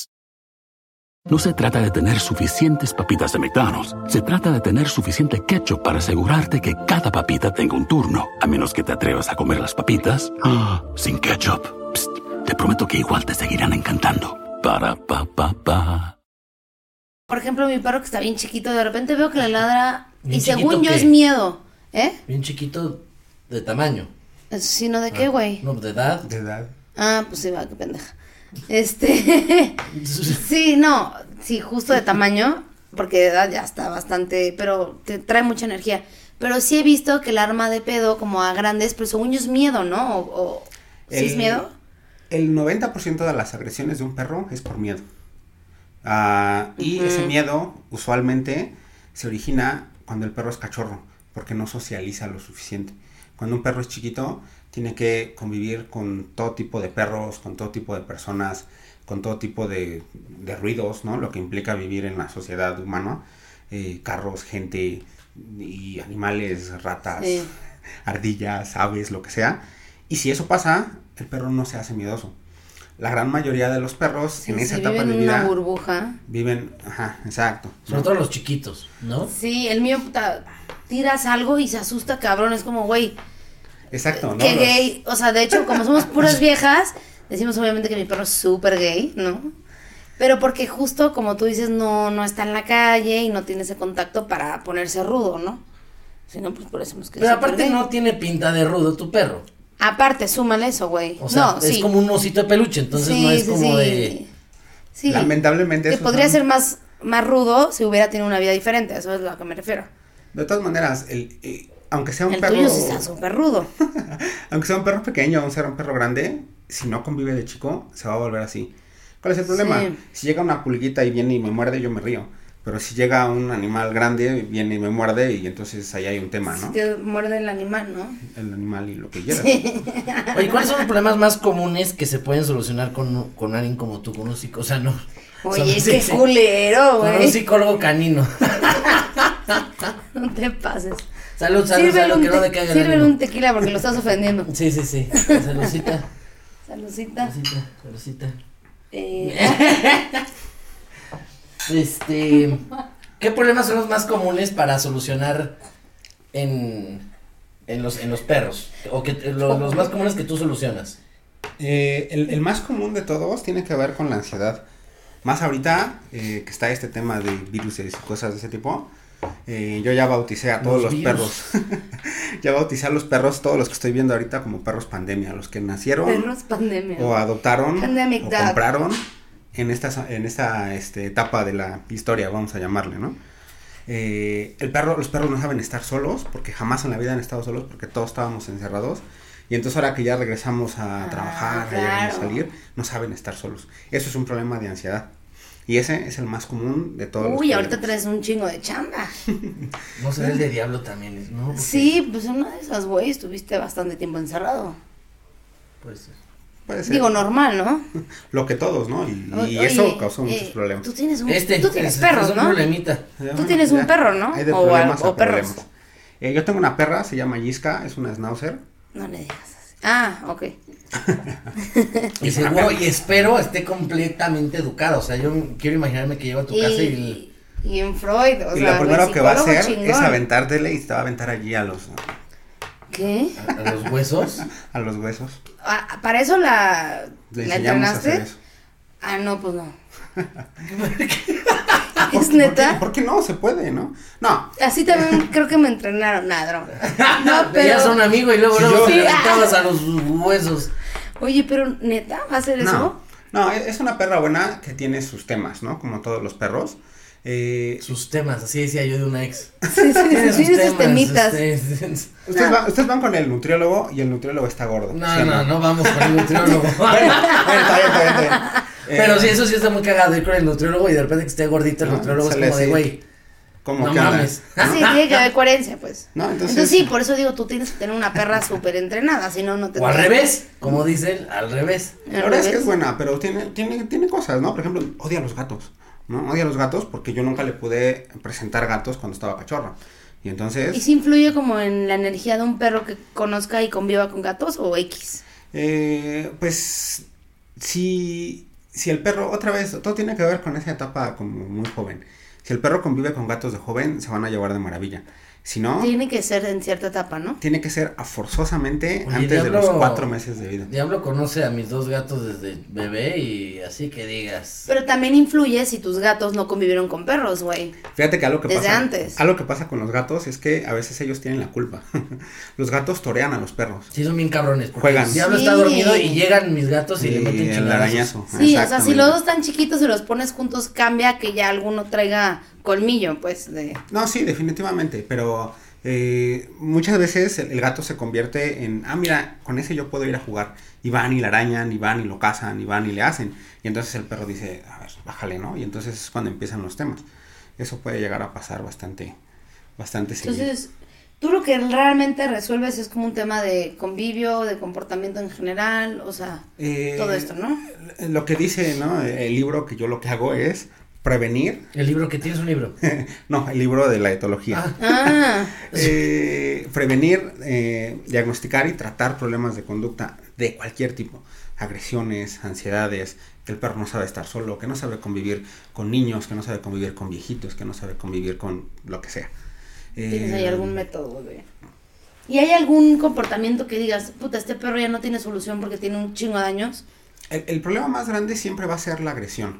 Speaker 4: No se trata de tener suficientes papitas de McDonald's. Se trata de tener suficiente ketchup para asegurarte que cada papita tenga un turno. A menos que te atrevas a comer las papitas ah, sin ketchup. Psst, te prometo que igual te seguirán encantando. Para pa pa pa.
Speaker 2: Por ejemplo, mi perro que está bien chiquito, de repente veo que le ladra
Speaker 1: ¿Bien
Speaker 2: y según
Speaker 1: chiquito
Speaker 2: yo
Speaker 1: qué?
Speaker 2: es miedo, ¿eh?
Speaker 1: Bien chiquito de tamaño.
Speaker 2: Sino de
Speaker 3: Ah.
Speaker 2: qué, güey.
Speaker 1: No, de edad.
Speaker 3: De edad.
Speaker 2: Ah, pues sí, va, qué pendeja. Este. [LAUGHS] sí, no, sí, justo de tamaño, porque de edad ya está bastante, pero te trae mucha energía. Pero sí he visto que el arma de pedo como a grandes, pero según yo es miedo, ¿no? O, o- ¿Sí es
Speaker 3: El-
Speaker 2: miedo?
Speaker 3: El 90% de las agresiones de un perro es por miedo. Ah, y ese miedo usualmente se origina cuando el perro es cachorro, porque no socializa lo suficiente. Cuando un perro es chiquito, tiene que convivir con todo tipo de perros, con todo tipo de personas, con todo tipo de, de ruidos, ¿no? Lo que implica vivir en la sociedad humana. Eh, carros, gente y animales, ratas,
Speaker 2: Sí.
Speaker 3: ardillas, aves, lo que sea. Y si eso pasa, el perro no se hace miedoso. La gran mayoría de los perros
Speaker 2: Sí,
Speaker 3: en
Speaker 2: sí,
Speaker 3: esa
Speaker 2: vive
Speaker 3: etapa
Speaker 2: en una
Speaker 3: de vida
Speaker 2: burbuja.
Speaker 3: viven, ajá, exacto.
Speaker 1: Sobre todo los chiquitos, ¿no?
Speaker 2: Sí, el mío, puta, tiras algo y se asusta, cabrón. Es como, güey,
Speaker 3: Exacto, ¿no?
Speaker 2: qué
Speaker 3: Los-
Speaker 2: Eh, gay. O sea, de hecho, como somos puras viejas, decimos obviamente que mi perro es súper gay, ¿no? Pero porque justo, como tú dices, no, no está en la calle y no tiene ese contacto para ponerse rudo, ¿no? Si no, pues por eso hemos que es
Speaker 1: Pero
Speaker 2: súper
Speaker 1: aparte
Speaker 2: gay.
Speaker 1: no tiene pinta de rudo tu perro.
Speaker 2: Aparte, súmale eso, güey.
Speaker 1: O sea,
Speaker 2: no,
Speaker 1: es
Speaker 2: sí.
Speaker 1: como un osito de peluche, entonces no es como de...
Speaker 2: Sí.
Speaker 3: Lamentablemente
Speaker 2: Que
Speaker 3: esos
Speaker 2: podría
Speaker 3: son-
Speaker 2: ser más, más rudo si hubiera tenido una vida diferente, a eso es a lo que me refiero.
Speaker 3: De todas maneras, el, eh, aunque sea un
Speaker 2: El
Speaker 3: perro
Speaker 2: tuyo sí está súper rudo.
Speaker 3: aunque sea un perro pequeño, aunque sea un perro grande, si no convive de chico, se va a volver así. ¿Cuál es el problema?
Speaker 2: Sí.
Speaker 3: Si llega una pulguita y viene y me muerde, yo me río. Pero si llega un animal grande, viene y me muerde y entonces ahí hay un tema,
Speaker 2: Si
Speaker 3: ¿no?
Speaker 2: te muerde el animal, ¿no?
Speaker 3: El animal y lo que quieras.
Speaker 1: Oye, ¿cuáles son los problemas más comunes que se pueden solucionar con, con alguien como tú, con un psicólogo? O sea, no... o sea,
Speaker 2: Oye,
Speaker 1: sí,
Speaker 2: qué eh.
Speaker 1: sí,
Speaker 2: culero,
Speaker 1: Con un
Speaker 2: güey.
Speaker 1: psicólogo canino. [LAUGHS]
Speaker 2: No te pases.
Speaker 1: Salud, salud,
Speaker 2: Sírvele
Speaker 1: salud,
Speaker 2: un,
Speaker 1: que no
Speaker 2: te-
Speaker 1: te caiga el
Speaker 2: sírvele
Speaker 1: ánimo.
Speaker 2: un tequila porque lo estás ofendiendo.
Speaker 1: Sí, sí, sí. Saludcita, saludcita,
Speaker 2: Saludcita.
Speaker 1: saludcita.
Speaker 2: Eh,
Speaker 1: [LAUGHS] Este, ¿qué problemas son los más comunes para solucionar en, en los en los perros? O que te- lo- los más comunes que tú solucionas.
Speaker 3: Eh, el, el más común de todos tiene que ver con la ansiedad. Más ahorita eh, que está este tema de viruses y cosas de ese tipo. eh, yo ya bauticé a todos
Speaker 1: Los
Speaker 3: los,
Speaker 1: virus.
Speaker 3: perros. [LAUGHS] ya bauticé a los perros, todos los que estoy viendo ahorita como perros pandemia, los que nacieron
Speaker 2: perros pandemia.
Speaker 3: o adoptaron
Speaker 2: Pandemic
Speaker 3: o
Speaker 2: dog.
Speaker 3: compraron en esta, en esta este, etapa de la historia, vamos a llamarle, ¿no? Eh, el perro, los perros no saben estar solos porque jamás en la vida han estado solos porque todos estábamos encerrados. Y entonces ahora que ya regresamos a
Speaker 2: Ah,
Speaker 3: trabajar, a llegar, a
Speaker 2: claro.
Speaker 3: salir, no saben estar solos. Eso es un problema de ansiedad. Y ese es el más común de todos. los
Speaker 2: Uy, ahorita
Speaker 3: problemas.
Speaker 2: traes un chingo
Speaker 1: [LAUGHS]
Speaker 2: de chamba.
Speaker 1: No será el de diablo también, es- ¿no? Porque
Speaker 2: Sí, pues en una de esas, güey, estuviste bastante tiempo encerrado.
Speaker 1: puede ser.
Speaker 3: Puede ser.
Speaker 2: Digo, normal, ¿no?
Speaker 3: Lo que todos, ¿no? Y,
Speaker 2: O-
Speaker 3: y
Speaker 2: oye,
Speaker 3: eso causó
Speaker 2: eh,
Speaker 3: muchos problemas.
Speaker 2: Tú tienes, un,
Speaker 1: Este,
Speaker 2: tú tienes
Speaker 1: este,
Speaker 2: perros,
Speaker 1: es un
Speaker 2: ¿no?
Speaker 1: problemas.
Speaker 3: Bueno,
Speaker 2: tienes un perro, ¿no?
Speaker 3: Pues, Hay de
Speaker 2: O
Speaker 3: problemas
Speaker 2: al-
Speaker 3: a
Speaker 2: o perros.
Speaker 3: problemas. Eh, yo tengo una perra, se llama Yiska, es una schnauzer.
Speaker 2: No le digas así. Ah, ok.
Speaker 1: Y seguro, y espero esté completamente educada. O sea, yo quiero imaginarme que lleva a tu casa y el-
Speaker 2: Y, y en Freud, o
Speaker 3: y
Speaker 2: sea,
Speaker 3: lo primero
Speaker 2: güey,
Speaker 3: que va a
Speaker 2: psicólogo
Speaker 3: hacer es
Speaker 2: chingón.
Speaker 3: aventártele y te va a aventar allí a los,
Speaker 2: ¿Qué?
Speaker 1: a, a los huesos.
Speaker 3: a los huesos.
Speaker 2: Ah, ¿Para eso la,
Speaker 3: Le
Speaker 2: la
Speaker 3: enseñamos a
Speaker 2: entrenaste?
Speaker 3: hacer eso.
Speaker 2: Ah, no,
Speaker 1: [LAUGHS]
Speaker 2: pues no. Ah, ¿Es neta?
Speaker 3: ¿Por qué no? Se puede, ¿no? No.
Speaker 2: Así también creo que me entrenaron, ladrón. [LAUGHS] No, pero.
Speaker 1: Ya son amigos y luego
Speaker 3: Si
Speaker 1: luego
Speaker 3: yo-
Speaker 1: te
Speaker 2: Sí,
Speaker 1: aventabas
Speaker 2: [LAUGHS] ah.
Speaker 1: a los huesos.
Speaker 2: Oye, pero neta, ¿va a hacer
Speaker 3: No,
Speaker 2: eso?
Speaker 3: no, e, es es una perra buena que tiene sus temas, ¿no? Como todos los perros. Eh,
Speaker 1: Sus temas, así decía yo de una ex.
Speaker 2: Sí, sí, sí,
Speaker 1: Tiene
Speaker 2: tiene
Speaker 1: sus este.
Speaker 2: sus temitas.
Speaker 1: ustedes-
Speaker 3: ustedes,
Speaker 2: No.
Speaker 3: va- ustedes van con el nutriólogo y el nutriólogo está gordo.
Speaker 1: No,
Speaker 3: ¿sí o
Speaker 1: no, no vamos con el nutriólogo.
Speaker 3: [LAUGHS] Bueno, bueno, está bien, está bien, está bien. Eh,
Speaker 1: [LAUGHS] Pero sí, eso sí está muy cagado ir con el nutriólogo y de repente que esté gordito el
Speaker 3: No,
Speaker 1: nutriólogo es
Speaker 3: sale
Speaker 1: como de,
Speaker 3: así.
Speaker 1: güey,
Speaker 3: ¿cómo
Speaker 1: no
Speaker 3: que onda?
Speaker 1: mames. [LAUGHS]
Speaker 2: Sí, tiene que haber coherencia, pues.
Speaker 3: No, entonces-
Speaker 2: sí, por eso digo, tú tienes que tener una perra súper entrenada, si no, no te.
Speaker 1: O al revés, como dice él, al revés.
Speaker 2: Al
Speaker 3: La verdad es que
Speaker 2: revés.
Speaker 3: es buena, pero tiene, tiene, tiene cosas, ¿no? Por ejemplo, odia a los gatos, ¿no? Odia a los gatos porque yo nunca le pude presentar gatos cuando estaba cachorro. Y entonces...
Speaker 2: ¿Y si influye como en la energía de un perro que conozca y conviva con gatos o X?
Speaker 3: Eh, pues si, si el perro, otra vez, todo tiene que ver con esa etapa como muy joven. Si el perro convive con gatos de joven, se van a llevar de maravilla. Si no,
Speaker 2: Tiene que ser en cierta etapa, ¿no?
Speaker 3: tiene que ser a forzosamente
Speaker 1: Oye,
Speaker 3: antes de los
Speaker 1: Diablo-
Speaker 3: cuatro meses de vida.
Speaker 1: Diablo conoce a mis dos gatos desde bebé y así que digas.
Speaker 2: Pero también influye si tus gatos no convivieron con perros, güey.
Speaker 3: Fíjate que algo que
Speaker 2: Desde
Speaker 3: pasa,
Speaker 2: antes.
Speaker 3: algo que pasa con los gatos es que a veces ellos tienen la culpa. [LAUGHS] los gatos torean a los perros.
Speaker 1: Sí, son bien cabrones. Porque
Speaker 3: Juegan.
Speaker 1: El diablo
Speaker 2: Sí.
Speaker 1: está dormido y llegan mis gatos y le
Speaker 3: Y
Speaker 1: meten
Speaker 3: el
Speaker 1: chingadazos.
Speaker 3: arañazo.
Speaker 2: Sí, o sea, si
Speaker 3: Eh, Exactamente.
Speaker 2: los dos están chiquitos y los pones juntos, cambia que ya alguno traiga colmillo, pues, de...
Speaker 3: No, sí, definitivamente, pero eh, muchas veces el, el gato se convierte en, ah, mira, con ese yo puedo ir a jugar. Y van y la arañan, y van y lo cazan, y van y le hacen. Y entonces el perro dice, a ver, bájale, ¿no? Y entonces es cuando empiezan los temas. Eso puede llegar a pasar bastante, bastante seguido.
Speaker 2: Entonces, tú lo que realmente resuelves es como un tema de convivio, de comportamiento en general, o sea,
Speaker 3: Eh,
Speaker 2: todo esto,
Speaker 3: [LAUGHS]
Speaker 2: ¿no?
Speaker 3: Lo que dice, ¿no? El libro que yo lo que hago es prevenir, [LAUGHS]
Speaker 1: El libro que tienes un libro.
Speaker 3: no, el libro de la etología.
Speaker 1: Ah.
Speaker 2: Ah,
Speaker 3: Eh, prevenir, eh, diagnosticar y tratar problemas de conducta de cualquier tipo. Agresiones, ansiedades, que el perro no sabe estar solo, que no sabe convivir con niños, que no sabe convivir con viejitos, que no sabe convivir con lo que sea. Eh,
Speaker 2: tienes ahí algún método, güey. ¿Y hay algún comportamiento que digas, puta, este perro ya no tiene solución porque tiene un chingo de años?
Speaker 3: El, el problema más grande siempre va a ser la agresión.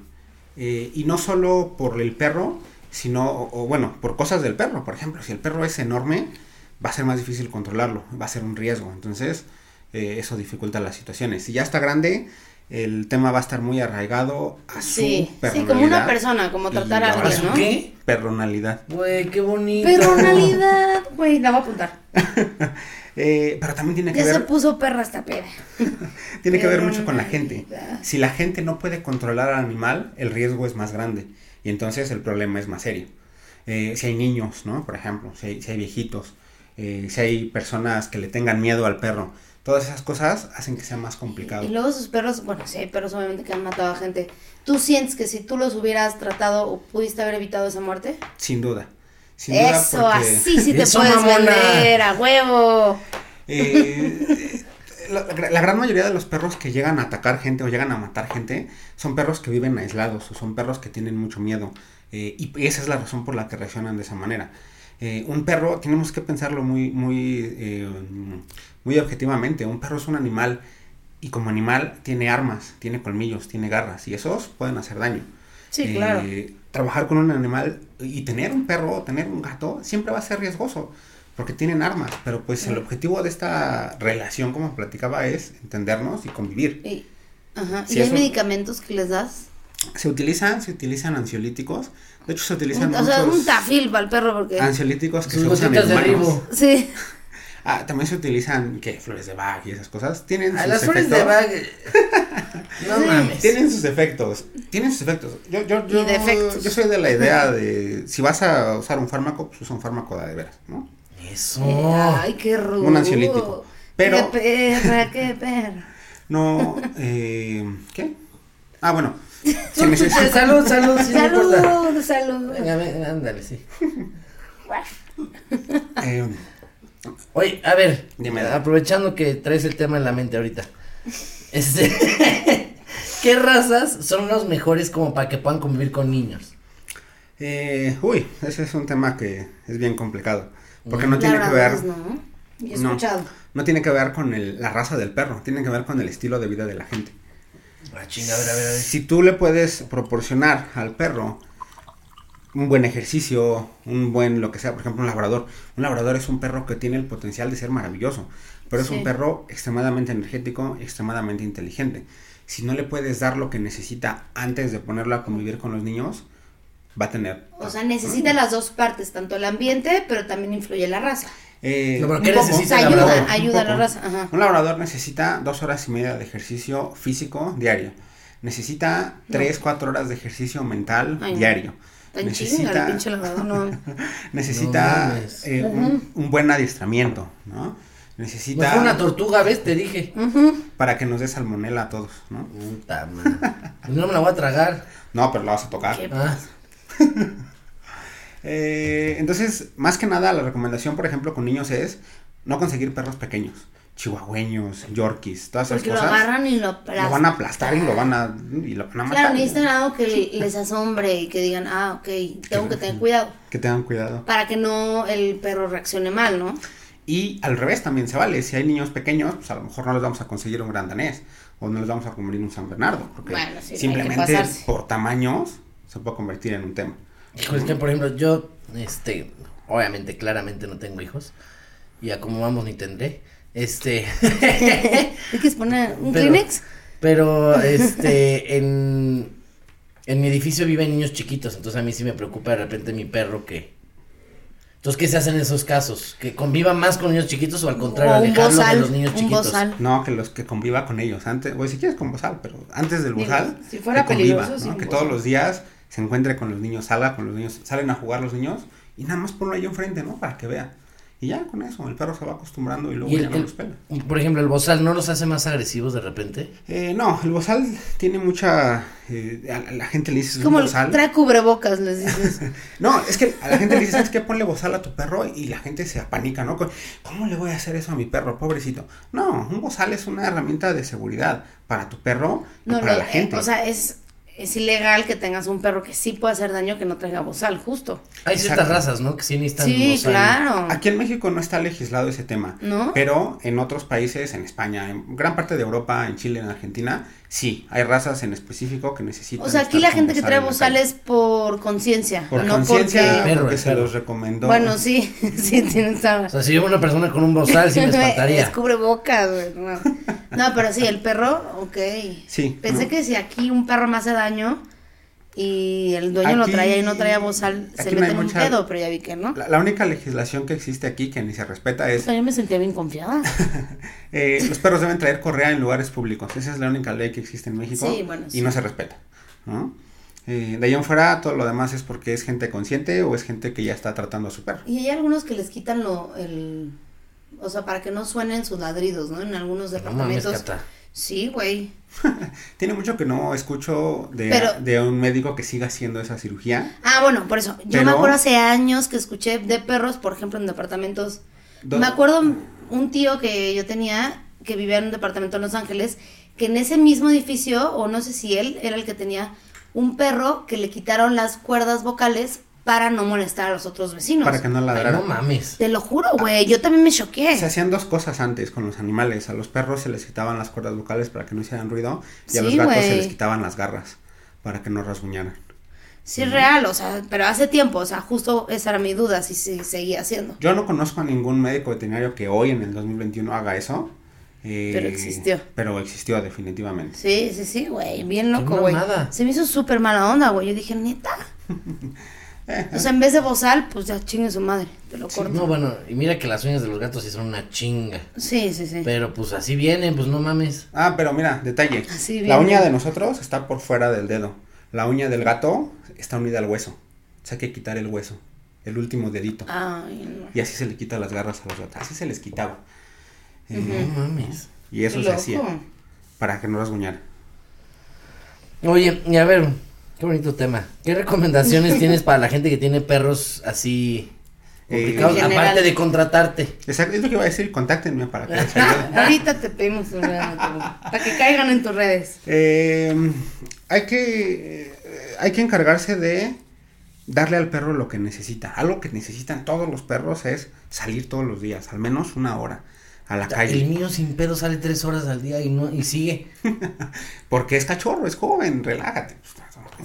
Speaker 3: Eh, y no solo por el perro, sino, o, o bueno, por cosas del perro. Por ejemplo, si el perro es enorme, va a ser más difícil controlarlo, va a ser un riesgo. Entonces, eh, eso dificulta las situaciones. Si ya está grande, el tema va a estar muy arraigado a su
Speaker 2: Sí, sí,
Speaker 3: personalidad.
Speaker 2: como una persona, como
Speaker 3: y
Speaker 2: tratar a
Speaker 3: la
Speaker 2: alguien,
Speaker 3: verdad-
Speaker 2: Ah, ¿no?
Speaker 1: ¿Qué?
Speaker 3: Personalidad.
Speaker 1: Güey, qué bonito.
Speaker 3: [LAUGHS]
Speaker 2: Personalidad, güey, la voy a apuntar.
Speaker 3: Eh, pero también tiene que
Speaker 2: Ya
Speaker 3: ver...
Speaker 2: se puso perra esta peda.
Speaker 3: Tiene que ver
Speaker 2: Pero
Speaker 3: mucho con la gente.
Speaker 2: Navidad.
Speaker 3: Si la gente no puede controlar al animal, el riesgo es más grande. Y entonces el problema es más serio. Eh, si hay niños, ¿no? Por ejemplo, si hay, si hay viejitos, eh, si hay personas que le tengan miedo al perro. Todas esas cosas hacen que sea más complicado.
Speaker 2: Y luego sus perros, bueno, sí, hay perros obviamente que han matado a gente. ¿Tú sientes que si tú los hubieras tratado o pudiste haber evitado esa muerte?
Speaker 3: Sin duda. Sin duda
Speaker 2: Eso,
Speaker 3: porque,
Speaker 2: así sí
Speaker 3: [LAUGHS]
Speaker 2: te
Speaker 1: Eso,
Speaker 2: puedes
Speaker 1: mamona.
Speaker 2: vender, a huevo.
Speaker 3: eh, [LAUGHS] la, la gran mayoría de los perros que llegan a atacar gente o llegan a matar gente son perros que viven aislados o son perros que tienen mucho miedo. eh, y y esa es la razón por la que reaccionan de esa manera. Eh, un perro, tenemos que pensarlo muy, muy, eh, muy objetivamente. Un perro es un animal y como animal tiene armas, tiene colmillos, tiene garras y esos pueden hacer daño.
Speaker 2: Sí,
Speaker 3: Eh,
Speaker 2: claro.
Speaker 3: Trabajar con un animal y tener un perro o tener un gato siempre va a ser riesgoso porque tienen armas, pero pues el objetivo de esta relación, como platicaba, es entendernos y convivir.
Speaker 2: Y, ajá,
Speaker 3: Sí,
Speaker 2: ¿Y hay
Speaker 3: eso-
Speaker 2: medicamentos que les das?
Speaker 3: Se utilizan, se utilizan ansiolíticos, de hecho se utilizan
Speaker 2: Un- o sea, un
Speaker 3: muchos
Speaker 2: tafil para el perro porque...
Speaker 3: ansiolíticos que
Speaker 1: Sus
Speaker 3: se usan
Speaker 1: gotitas
Speaker 3: en
Speaker 1: de
Speaker 3: humanos.
Speaker 1: ribo.
Speaker 2: Sí.
Speaker 3: Ah, también se utilizan, ¿qué? Flores de Bach y esas cosas. Tienen
Speaker 1: A
Speaker 3: sus
Speaker 1: las flores de
Speaker 3: efectos.
Speaker 1: bag. No mames.
Speaker 3: Tienen sus efectos, tienen sus efectos. Yo, yo, yo,
Speaker 2: Y defectos.
Speaker 3: yo soy de la idea de si vas a usar un fármaco, pues usa un fármaco de veras, ¿no?
Speaker 1: Eso.
Speaker 2: Ay, qué rudo.
Speaker 3: Oh. Un ansiolítico. Pero-
Speaker 2: Qué perra, qué
Speaker 3: [LAUGHS]
Speaker 2: perra.
Speaker 3: No, eh, ¿qué? Ah,
Speaker 2: [LAUGHS]
Speaker 3: bueno. Si
Speaker 1: Sí,
Speaker 3: neces-
Speaker 1: salud, salud, sí, no importa.
Speaker 2: Salud, salud.
Speaker 1: Venga, ven, ándale, sí.
Speaker 3: eh,
Speaker 1: Oye, a ver,
Speaker 3: Dime.
Speaker 1: aprovechando que traes el tema en la mente ahorita. Este, [LAUGHS] ¿Qué razas son los mejores como para que puedan convivir con niños?
Speaker 3: eh, uy, ese es un tema que es bien complicado. Porque no
Speaker 2: La
Speaker 3: tiene que
Speaker 2: verdad es
Speaker 3: ver.
Speaker 2: no. He
Speaker 3: no,
Speaker 2: escuchado.
Speaker 3: no tiene que ver con el- la raza del perro, tiene que ver con el estilo de vida de la gente.
Speaker 1: Ah, chinga, a ver, a ver, a ver.
Speaker 3: Si tú le puedes proporcionar al perro un buen ejercicio, un buen lo que sea, por ejemplo, un labrador. Un labrador es un perro que tiene el potencial de ser maravilloso, pero es
Speaker 2: Sí.
Speaker 3: un perro extremadamente energético, extremadamente inteligente. Si no le puedes dar lo que necesita antes de ponerlo a convivir con los niños, va a tener.
Speaker 2: O sea, necesita las dos partes, tanto el ambiente, pero también influye la raza.
Speaker 3: eh,
Speaker 1: No, pero
Speaker 3: un
Speaker 1: ¿qué
Speaker 3: poco.
Speaker 1: necesita el
Speaker 2: Ayuda,
Speaker 1: labrador?
Speaker 2: ayuda a la
Speaker 3: poco.
Speaker 2: raza. Ajá.
Speaker 3: Un labrador necesita dos horas y media de ejercicio físico diario. Necesita tres, cuatro horas de ejercicio mental
Speaker 2: Ay, no.
Speaker 3: diario.
Speaker 2: Tan chinga
Speaker 3: necesita [LAUGHS]
Speaker 2: el pinche labrador, no.
Speaker 3: necesita
Speaker 1: No mames.
Speaker 3: eh, un, un buen adiestramiento, ¿no? Necesita
Speaker 1: No fue una tortuga, ¿ves? Te dije.
Speaker 3: para que nos dé salmonela a todos, ¿no?
Speaker 1: Puta madre. Pues No me la voy a tragar.
Speaker 3: No, pero la vas a tocar.
Speaker 2: Qué
Speaker 1: Ah,
Speaker 3: Eh, entonces, más que nada, la recomendación, por ejemplo, con niños es no conseguir perros pequeños, chihuahueños, yorkies, todas esas
Speaker 2: Porque lo
Speaker 3: cosas.
Speaker 2: agarran y lo aplastan.
Speaker 3: lo van a aplastar y lo van a, y lo van a matar.
Speaker 2: Claro, necesitan algo que les asombre y que digan, ah, ok, tengo que tener cuidado.
Speaker 3: Que tengan cuidado.
Speaker 2: Para que no el perro reaccione mal, ¿no? [LAUGHS]
Speaker 3: Y al revés también se vale. Si hay niños pequeños, pues a lo mejor no les vamos a conseguir un gran danés o no les vamos a convertir un San Bernardo. Porque
Speaker 2: Bueno, sí, hay que
Speaker 3: simplemente
Speaker 2: pasarse.
Speaker 3: por tamaños se puede convertir en un tema.
Speaker 1: hijo, es que, por ejemplo, yo, este, obviamente, claramente no tengo hijos. Y a como vamos ni tendré. Este. [LAUGHS]
Speaker 2: Hay que poner un
Speaker 1: Pero-
Speaker 2: Kleenex.
Speaker 1: Pero, este, [LAUGHS] en, en mi edificio viven niños chiquitos, entonces a mí sí me preocupa de repente mi perro que... Entonces, ¿qué se hace en esos casos? ¿Que conviva más con niños chiquitos o al contrario,
Speaker 2: O un
Speaker 1: alejarlo
Speaker 2: bozal,
Speaker 1: de los niños
Speaker 2: un
Speaker 1: chiquitos?
Speaker 2: bozal.
Speaker 3: No, que los que conviva con ellos antes, o si quieres con bozal, pero antes del
Speaker 2: Digo,
Speaker 3: bozal,
Speaker 2: si fuera
Speaker 3: que conviva,
Speaker 2: peligroso,
Speaker 3: ¿no?
Speaker 2: sin
Speaker 3: que
Speaker 2: bozal.
Speaker 3: todos los días se encuentre con los niños, salga con los niños, salen a jugar los niños y nada más ponlo ahí enfrente, ¿no? Para que vea. Y ya con eso, el perro se va acostumbrando y luego
Speaker 1: Y el-
Speaker 3: ya no
Speaker 1: el-
Speaker 3: los pela.
Speaker 1: por ejemplo, el bozal no los hace más agresivos de repente.
Speaker 3: Eh, no, el bozal tiene mucha. eh, a la- la gente le dice
Speaker 2: Como el-
Speaker 3: bozal.
Speaker 2: trae cubrebocas, les dices.
Speaker 3: No, es que a la gente le dices, ¿sabes qué? Ponle bozal a tu perro y la gente se apanica, ¿no? ¿Cómo le voy a hacer eso a mi perro, pobrecito? No, un bozal es una herramienta de seguridad para tu perro y
Speaker 2: No,
Speaker 3: para
Speaker 2: lo-
Speaker 3: la gente.
Speaker 2: eh, o sea, es, es ilegal que tengas un perro que sí puede hacer daño que no traiga bozal, justo.
Speaker 1: Hay ciertas
Speaker 3: Exacto.
Speaker 1: razas, ¿no? Que sí necesitan
Speaker 2: sí,
Speaker 1: bozal.
Speaker 2: claro.
Speaker 3: Aquí en México no está legislado ese tema,
Speaker 2: ¿No?
Speaker 3: pero en otros países, en España, en gran parte de Europa, en Chile, en Argentina, sí, hay razas en específico que necesitan.
Speaker 2: O sea, aquí
Speaker 3: estar
Speaker 2: la
Speaker 3: con
Speaker 2: gente que trae
Speaker 3: en la calle.
Speaker 2: bozal es por conciencia,
Speaker 3: Por
Speaker 2: no
Speaker 3: conciencia,
Speaker 2: porque...
Speaker 1: Perro,
Speaker 3: porque
Speaker 1: el
Speaker 3: se
Speaker 1: perro.
Speaker 3: los recomendó.
Speaker 2: Bueno, sí, [LAUGHS] sí, tienes razón.
Speaker 1: O sea, si yo veo una persona con un bozal, sí
Speaker 2: [LAUGHS]
Speaker 1: me
Speaker 2: Es
Speaker 1: espantaría.
Speaker 2: cubrebocas, güey. No. No, pero sí, el perro, ok.
Speaker 3: Sí,
Speaker 2: Pensé
Speaker 3: ¿no?
Speaker 2: que si aquí un perro me hace daño y el dueño lo
Speaker 3: Aquí-
Speaker 2: traía y no traía bozal, se
Speaker 3: aquí no hay
Speaker 2: mete en un
Speaker 3: mucha-
Speaker 2: pedo, pero ya vi que no.
Speaker 3: La, la única legislación que existe aquí que ni se respeta es
Speaker 2: Pero yo me sentía bien confiada.
Speaker 3: eh, los perros deben traer correa en lugares públicos. Esa es la única ley que existe en México
Speaker 2: Sí, bueno,
Speaker 3: y
Speaker 2: sí.
Speaker 3: no se respeta. ¿no? Eh, de ahí en fuera todo lo demás es porque es gente consciente o es gente que ya está tratando a su perro.
Speaker 2: [LAUGHS]
Speaker 3: [LAUGHS]
Speaker 2: Y hay algunos que les quitan lo, el... O sea, para que no suenen sus ladridos, ¿no? En algunos
Speaker 1: No mames,
Speaker 2: departamentos.
Speaker 1: Cata.
Speaker 2: sí, güey.
Speaker 3: Tiene mucho que no escucho de,
Speaker 2: Pero-
Speaker 3: de un médico que siga haciendo esa cirugía.
Speaker 2: Ah, bueno, por eso. Yo
Speaker 3: Pero-
Speaker 2: me acuerdo hace años que escuché de perros, por ejemplo, en departamentos.
Speaker 3: Do-
Speaker 2: Me acuerdo un tío que yo tenía que vivía en un departamento en Los Ángeles, que en ese mismo edificio, o no sé si él, era el que tenía un perro que le quitaron las cuerdas vocales para no molestar a los otros vecinos.
Speaker 3: Para que no
Speaker 1: Ay,
Speaker 3: ladraran.
Speaker 1: no mames.
Speaker 2: Te lo juro, güey. Yo también me choqué.
Speaker 3: se hacían dos cosas antes con los animales. A los perros se les quitaban las cuerdas vocales para que no hicieran ruido y a los
Speaker 2: Sí,
Speaker 3: gatos se
Speaker 2: güey.
Speaker 3: les quitaban las garras para que no rasguñaran.
Speaker 2: Sí, es real, o sea, pero hace tiempo, o sea, justo esa era mi duda, si, si seguía haciendo.
Speaker 3: Yo no conozco a ningún médico veterinario que hoy en el 2021 haga eso. eh,
Speaker 2: Pero existió.
Speaker 3: Pero existió definitivamente.
Speaker 2: Sí,
Speaker 3: Pues
Speaker 2: sí, sí, güey, bien
Speaker 1: Qué
Speaker 2: loco, güey.
Speaker 1: mamada.
Speaker 2: Se me hizo súper mala onda, güey. Yo dije, neta. O sea, en vez de bozal, pues ya chingue su madre, te lo corto.
Speaker 1: No, bueno, y mira que las uñas de los gatos sí son una chinga.
Speaker 2: Sí, sí, sí.
Speaker 1: Pero pues así vienen, pues no mames.
Speaker 3: Ah, pero mira, detalle.
Speaker 2: Así
Speaker 3: la
Speaker 2: viene.
Speaker 3: uña de nosotros está por fuera del dedo. La uña del gato está unida al hueso. O sea, hay que quitar el hueso, el último dedito.
Speaker 2: Ay, no.
Speaker 3: Y así se le quita las garras a los gatos. Así se les quitaba. Eh,
Speaker 1: No mames.
Speaker 3: Y eso
Speaker 2: Qué
Speaker 3: se
Speaker 2: loco.
Speaker 3: hacía para que no rasguñaran.
Speaker 1: Oye, y a ver, qué bonito tema. ¿Qué recomendaciones tienes para la gente que tiene perros así
Speaker 3: Eh,
Speaker 1: complicados?
Speaker 2: En general.
Speaker 1: Aparte de contratarte.
Speaker 3: Exacto, es lo que iba a decir, contáctenme para que les ayude.
Speaker 2: Ahorita te pedimos tus redes, Arturo, para que caigan en tus redes.
Speaker 3: Eh, hay que eh, hay que encargarse de darle al perro lo que necesita. Algo que necesitan todos los perros es salir todos los días, al menos una hora a la
Speaker 1: El
Speaker 3: calle,
Speaker 1: mío sin pedo sale tres horas al día y no y sigue.
Speaker 3: [LAUGHS] porque es cachorro, es joven, relájate. Pues,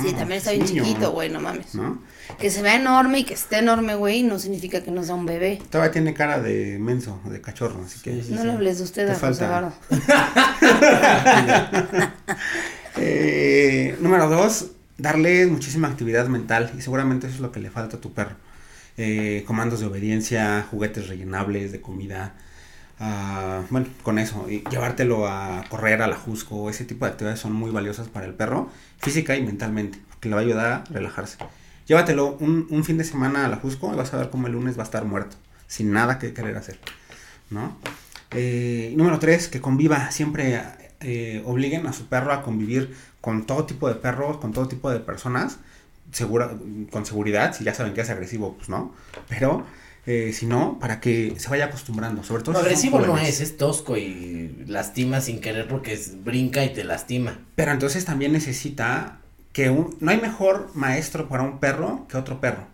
Speaker 2: Sí, también está bien
Speaker 3: Niño,
Speaker 2: chiquito, güey, no mames.
Speaker 3: ¿no?
Speaker 2: Que se vea enorme y que esté enorme, güey, no significa que no sea un bebé.
Speaker 3: Todavía tiene cara de menso, de cachorro, así que
Speaker 2: No le hables de usted
Speaker 3: Te
Speaker 2: a José
Speaker 3: falta.
Speaker 2: Varo.
Speaker 3: Eh, número dos, darle muchísima actividad mental y seguramente eso es lo que le falta a tu perro. Eh, comandos de obediencia, juguetes rellenables de comida, ah, bueno, con eso, y llevártelo a correr a la Jusco, ese tipo de actividades son muy valiosas para el perro, física y mentalmente, porque le va a ayudar a relajarse. Llévatelo un, un fin de semana a la Jusco y vas a ver cómo el lunes va a estar muerto, sin nada que querer hacer, ¿no? Eh, número tres, que conviva. Siempre eh, obliguen a su perro a convivir con todo tipo de perros, con todo tipo de personas. Segura, con seguridad, si ya saben que es agresivo, pues no. Pero eh, si no, para que se vaya acostumbrando. Sobre todo
Speaker 1: No,
Speaker 3: si son
Speaker 1: agresivo no
Speaker 3: jóvenes.
Speaker 1: es, ¿eh? es tosco y lastima sin querer porque es- brinca y te lastima.
Speaker 3: Pero entonces también necesita que un, no hay mejor maestro para un perro que otro perro.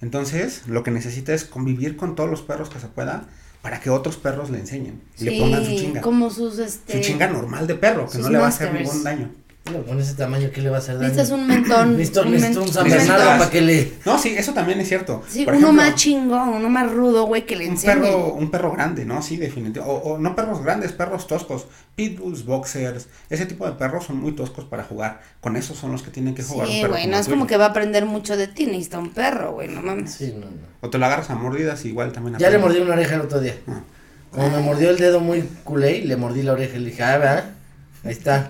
Speaker 3: Entonces, lo que necesita es convivir con todos los perros que se pueda para que otros perros le enseñen, y le pongan su chinga.
Speaker 2: como sus, este...
Speaker 3: Su chinga normal de perro, que
Speaker 2: sus
Speaker 3: no le va a hacer
Speaker 2: masters.
Speaker 3: ningún daño.
Speaker 1: Pero con ese tamaño, ¿qué le va a hacer daño?
Speaker 2: Necesitas un mentón.
Speaker 1: [CLEARS THROAT] Necesito,
Speaker 2: un
Speaker 1: necesito
Speaker 2: men-
Speaker 1: un San
Speaker 2: un
Speaker 1: Bernardo
Speaker 2: mentón.
Speaker 1: para que le...
Speaker 3: No, sí, eso también es cierto.
Speaker 2: Sí,
Speaker 3: Por
Speaker 2: uno
Speaker 3: ejemplo,
Speaker 2: más chingón, uno más rudo, güey, que le
Speaker 3: un
Speaker 2: enseñe.
Speaker 3: perro, un perro grande, ¿no? Sí, definitivo. O, o no perros grandes, perros toscos. Pitbulls, boxers. Ese tipo de perros son muy toscos para jugar. Con esos son los que tienen que jugar. un
Speaker 2: Sí,
Speaker 3: perro
Speaker 2: güey,
Speaker 3: como
Speaker 2: no
Speaker 3: el
Speaker 2: es como
Speaker 3: tuyo.
Speaker 2: que va a aprender mucho de ti, necesita un perro, güey, no mames.
Speaker 1: Sí, no, no.
Speaker 3: O te lo agarras a mordidas, igual también.
Speaker 1: Ya le
Speaker 3: aprende. Ah,
Speaker 1: mordí una oreja el otro día. Como me mordió el dedo muy culé, le mordí la oreja y le dije, ah, ¿verdad? Ahí está.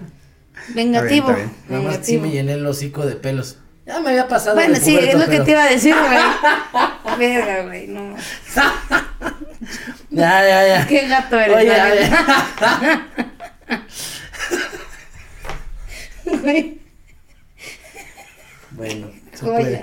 Speaker 2: Vengativo.
Speaker 3: Está bien, está
Speaker 1: Nada más sí
Speaker 2: vengativo.
Speaker 1: me llené el hocico de pelos. Ya me había pasado.
Speaker 2: Bueno,
Speaker 1: de
Speaker 2: sí,
Speaker 1: puberto,
Speaker 2: es lo que
Speaker 1: pero-
Speaker 2: te iba a decir, güey. Verga, güey, no.
Speaker 1: Ya, ya, ya.
Speaker 2: [LAUGHS] Qué gato eres,
Speaker 1: Oye,
Speaker 2: no,
Speaker 1: a
Speaker 2: [LAUGHS]
Speaker 1: ver.
Speaker 2: Güey,
Speaker 1: Bueno, se
Speaker 2: Joya.
Speaker 1: puede.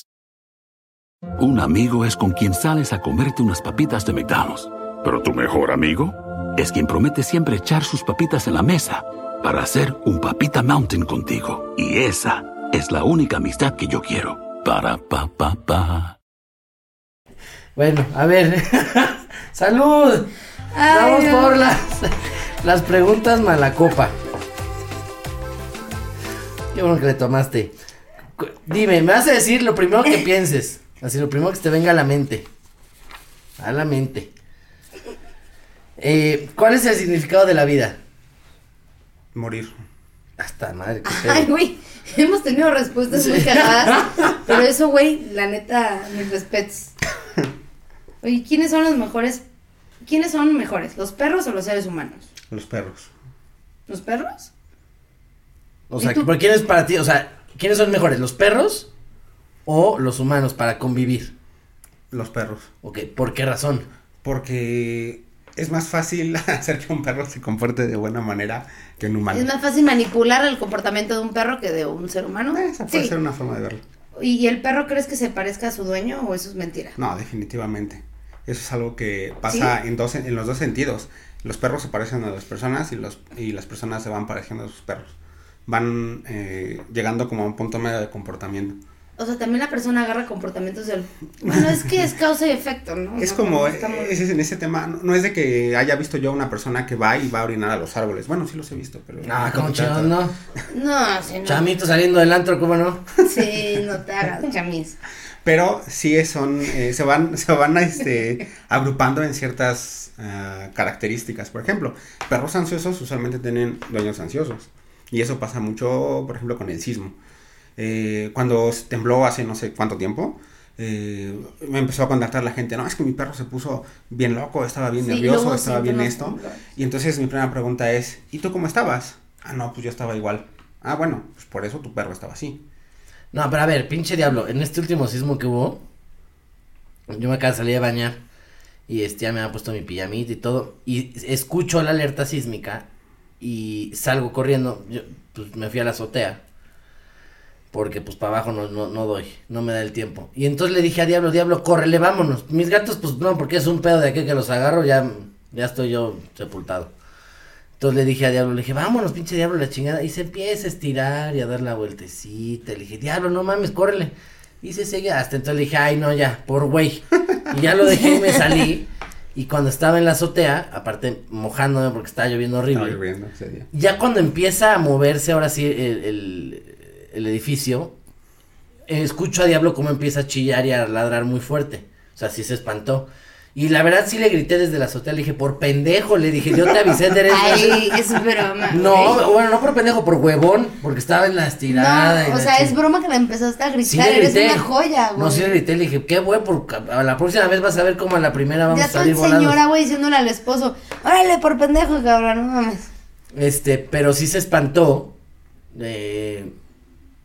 Speaker 4: Un amigo es con quien sales a comerte unas papitas de McDonald's. Pero tu mejor amigo es quien promete siempre echar sus papitas en la mesa para hacer un papita mountain contigo. Y esa es la única amistad que yo quiero. Para pa pa pa.
Speaker 1: Bueno, a ver. [LAUGHS] ¡Salud! Vamos
Speaker 2: Dios.
Speaker 1: por las, las preguntas malacopa. Qué bueno que le tomaste. Cu- Dime, me vas a decir lo primero
Speaker 2: [LAUGHS]
Speaker 1: que pienses. Así, lo primero que te venga a la mente. A la mente. Eh, ¿Cuál es el significado de la vida?
Speaker 3: Morir.
Speaker 1: Hasta madre, qué pedo.
Speaker 2: Ay, güey, hemos tenido respuestas muy cagadas, pero eso, güey, la neta, mis respetos. Oye, ¿quiénes son los mejores? ¿Quiénes son mejores, los perros o los seres humanos?
Speaker 3: Los perros.
Speaker 2: ¿Los perros?
Speaker 1: O
Speaker 2: ¿Y
Speaker 1: sea,
Speaker 2: tú?
Speaker 1: ¿por quién es para ti? O sea, ¿quiénes son mejores, los perros o los humanos para convivir?
Speaker 3: Los perros.
Speaker 1: Ok, ¿por qué razón?
Speaker 3: Porque es más fácil [LAUGHS] hacer que un perro se comporte de buena manera que un humano.
Speaker 2: ¿Es más fácil manipular el comportamiento de un perro que de un ser humano?
Speaker 3: Eh, Esa puede
Speaker 2: Sí.
Speaker 3: Ah, ser una forma de verlo.
Speaker 2: ¿Y y el perro crees que se parezca a su dueño o eso es mentira?
Speaker 3: No, definitivamente. Eso es algo que pasa en, dos, en los dos sentidos. Los perros se parecen a las personas y, los, y las personas se van pareciendo a sus perros. Van eh, llegando como a un punto medio de comportamiento.
Speaker 2: o sea, también la persona agarra comportamientos del... Bueno, es que es causa y efecto, ¿no?
Speaker 3: Es
Speaker 2: No, pues,
Speaker 3: como, eh,
Speaker 2: está muy-
Speaker 3: es- es en ese tema, no, no es de que haya visto yo a una persona que va y va a orinar a los árboles. Bueno, sí los he visto, pero...
Speaker 2: Ah,
Speaker 1: No, como chingón, Ah, no.
Speaker 2: No, sí, no.
Speaker 1: Chamito saliendo del antro, ¿cómo no?
Speaker 2: Sí, no te hagas, chamis.
Speaker 3: Pero sí es- son, eh, se van, [LAUGHS] se van este, agrupando en ciertas ah, características. Por ejemplo, perros ansiosos usualmente tienen dueños ansiosos. Y eso pasa mucho, por ejemplo, con el sismo. Eh, cuando s- tembló hace no sé cuánto tiempo, eh, me empezó a contactar la gente. No, es que mi perro se puso bien loco, estaba bien
Speaker 2: Sí,
Speaker 3: nervioso,
Speaker 2: luego
Speaker 3: estaba
Speaker 2: siempre
Speaker 3: bien
Speaker 2: nos-
Speaker 3: esto. Y entonces mi primera pregunta es, ¿y tú cómo estabas? Ah, no, pues yo estaba igual. Ah, bueno, pues por eso tu perro estaba así.
Speaker 1: No, pero a ver, pinche diablo, en este último sismo que hubo, yo me acabo de salir a bañar y este, ya me había puesto mi pijamita y todo, y escucho la alerta sísmica y salgo corriendo, yo, pues me fui a la azotea, porque pues para abajo no, no, no doy, no me da el tiempo. Y entonces le dije a diablo, diablo, córrele, vámonos. Mis gatos, pues no, porque es un pedo de aquí que los agarro, ya, ya estoy yo sepultado. Entonces le dije a Diablo, le dije, vámonos, pinche Diablo, la chingada. Y se empieza a estirar y a dar la vueltecita. Le dije, Diablo, no mames, córrele. Y se sigue hasta entonces le dije, ay, no, ya, por güey. Y ya lo dejé y me salí. Y cuando estaba en la azotea, aparte mojándome porque estaba lloviendo
Speaker 3: Estaba
Speaker 1: horrible.
Speaker 3: lloviendo ese día.
Speaker 1: Ya cuando empieza a moverse ahora sí el, el- el edificio, eh, escucho a Diablo cómo empieza a chillar y a ladrar muy fuerte. O sea, sí se espantó. Y la verdad sí le grité desde la azotea, le dije, por pendejo, le dije, yo te avisé, eres...
Speaker 2: Ay, es broma.
Speaker 1: No,
Speaker 2: güey.
Speaker 1: bueno, no por pendejo, por huevón, porque estaba en la estirada.
Speaker 2: No, o sea, es broma que la empezaste a gritar.
Speaker 1: brillante,
Speaker 2: Eres una joya, güey.
Speaker 1: No, sí le grité, le dije, qué huevo, porque a la próxima vez vas a ver cómo a la primera vamos
Speaker 2: ya
Speaker 1: a
Speaker 2: todo el
Speaker 1: salir volados.
Speaker 2: señora, güey, diciéndole al esposo, órale, por pendejo, cabrón, no mames.
Speaker 1: Este, pero sí se espantó. eh,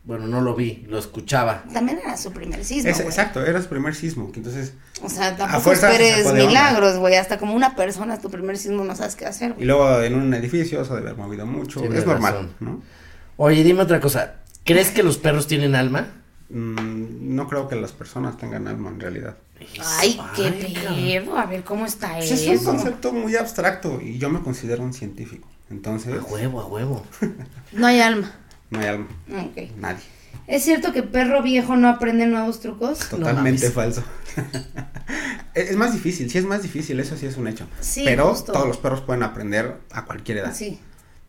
Speaker 1: bueno, no lo vi, lo escuchaba.
Speaker 2: También era su primer sismo,
Speaker 3: Es-
Speaker 2: güey.
Speaker 3: exacto, era su primer sismo. que Entonces,
Speaker 2: O sea,
Speaker 3: A
Speaker 2: tampoco
Speaker 3: fuerza se
Speaker 2: esperes
Speaker 3: sacó de onda.
Speaker 2: milagros, güey. Hasta como una persona, tu primer sismo no sabes qué hacer,
Speaker 3: y
Speaker 2: güey.
Speaker 3: luego en un edificio se debe haber movido mucho.
Speaker 1: Tiene
Speaker 3: es normal,
Speaker 1: razón.
Speaker 3: ¿no?
Speaker 1: Oye, dime otra cosa. ¿Crees que los perros tienen alma?
Speaker 3: Mm, no creo que las personas tengan alma en realidad.
Speaker 2: Ay, qué
Speaker 1: Ay, cabrón.
Speaker 2: pedo. A ver cómo está
Speaker 3: Pues
Speaker 2: eso.
Speaker 3: es un concepto muy abstracto y yo me considero un científico. Entonces,
Speaker 2: Ah,
Speaker 1: A huevo, a huevo.
Speaker 2: No hay alma.
Speaker 3: no hay alma.
Speaker 2: Ok.
Speaker 3: Nadie.
Speaker 2: ¿Es cierto que perro viejo no aprende nuevos trucos?
Speaker 3: Totalmente
Speaker 1: mames.
Speaker 3: falso. [LAUGHS] es es más difícil, sí es más difícil, eso sí es un hecho.
Speaker 2: Sí,
Speaker 3: Pero
Speaker 2: justo.
Speaker 3: todos los perros pueden aprender a cualquier edad.
Speaker 2: Sí.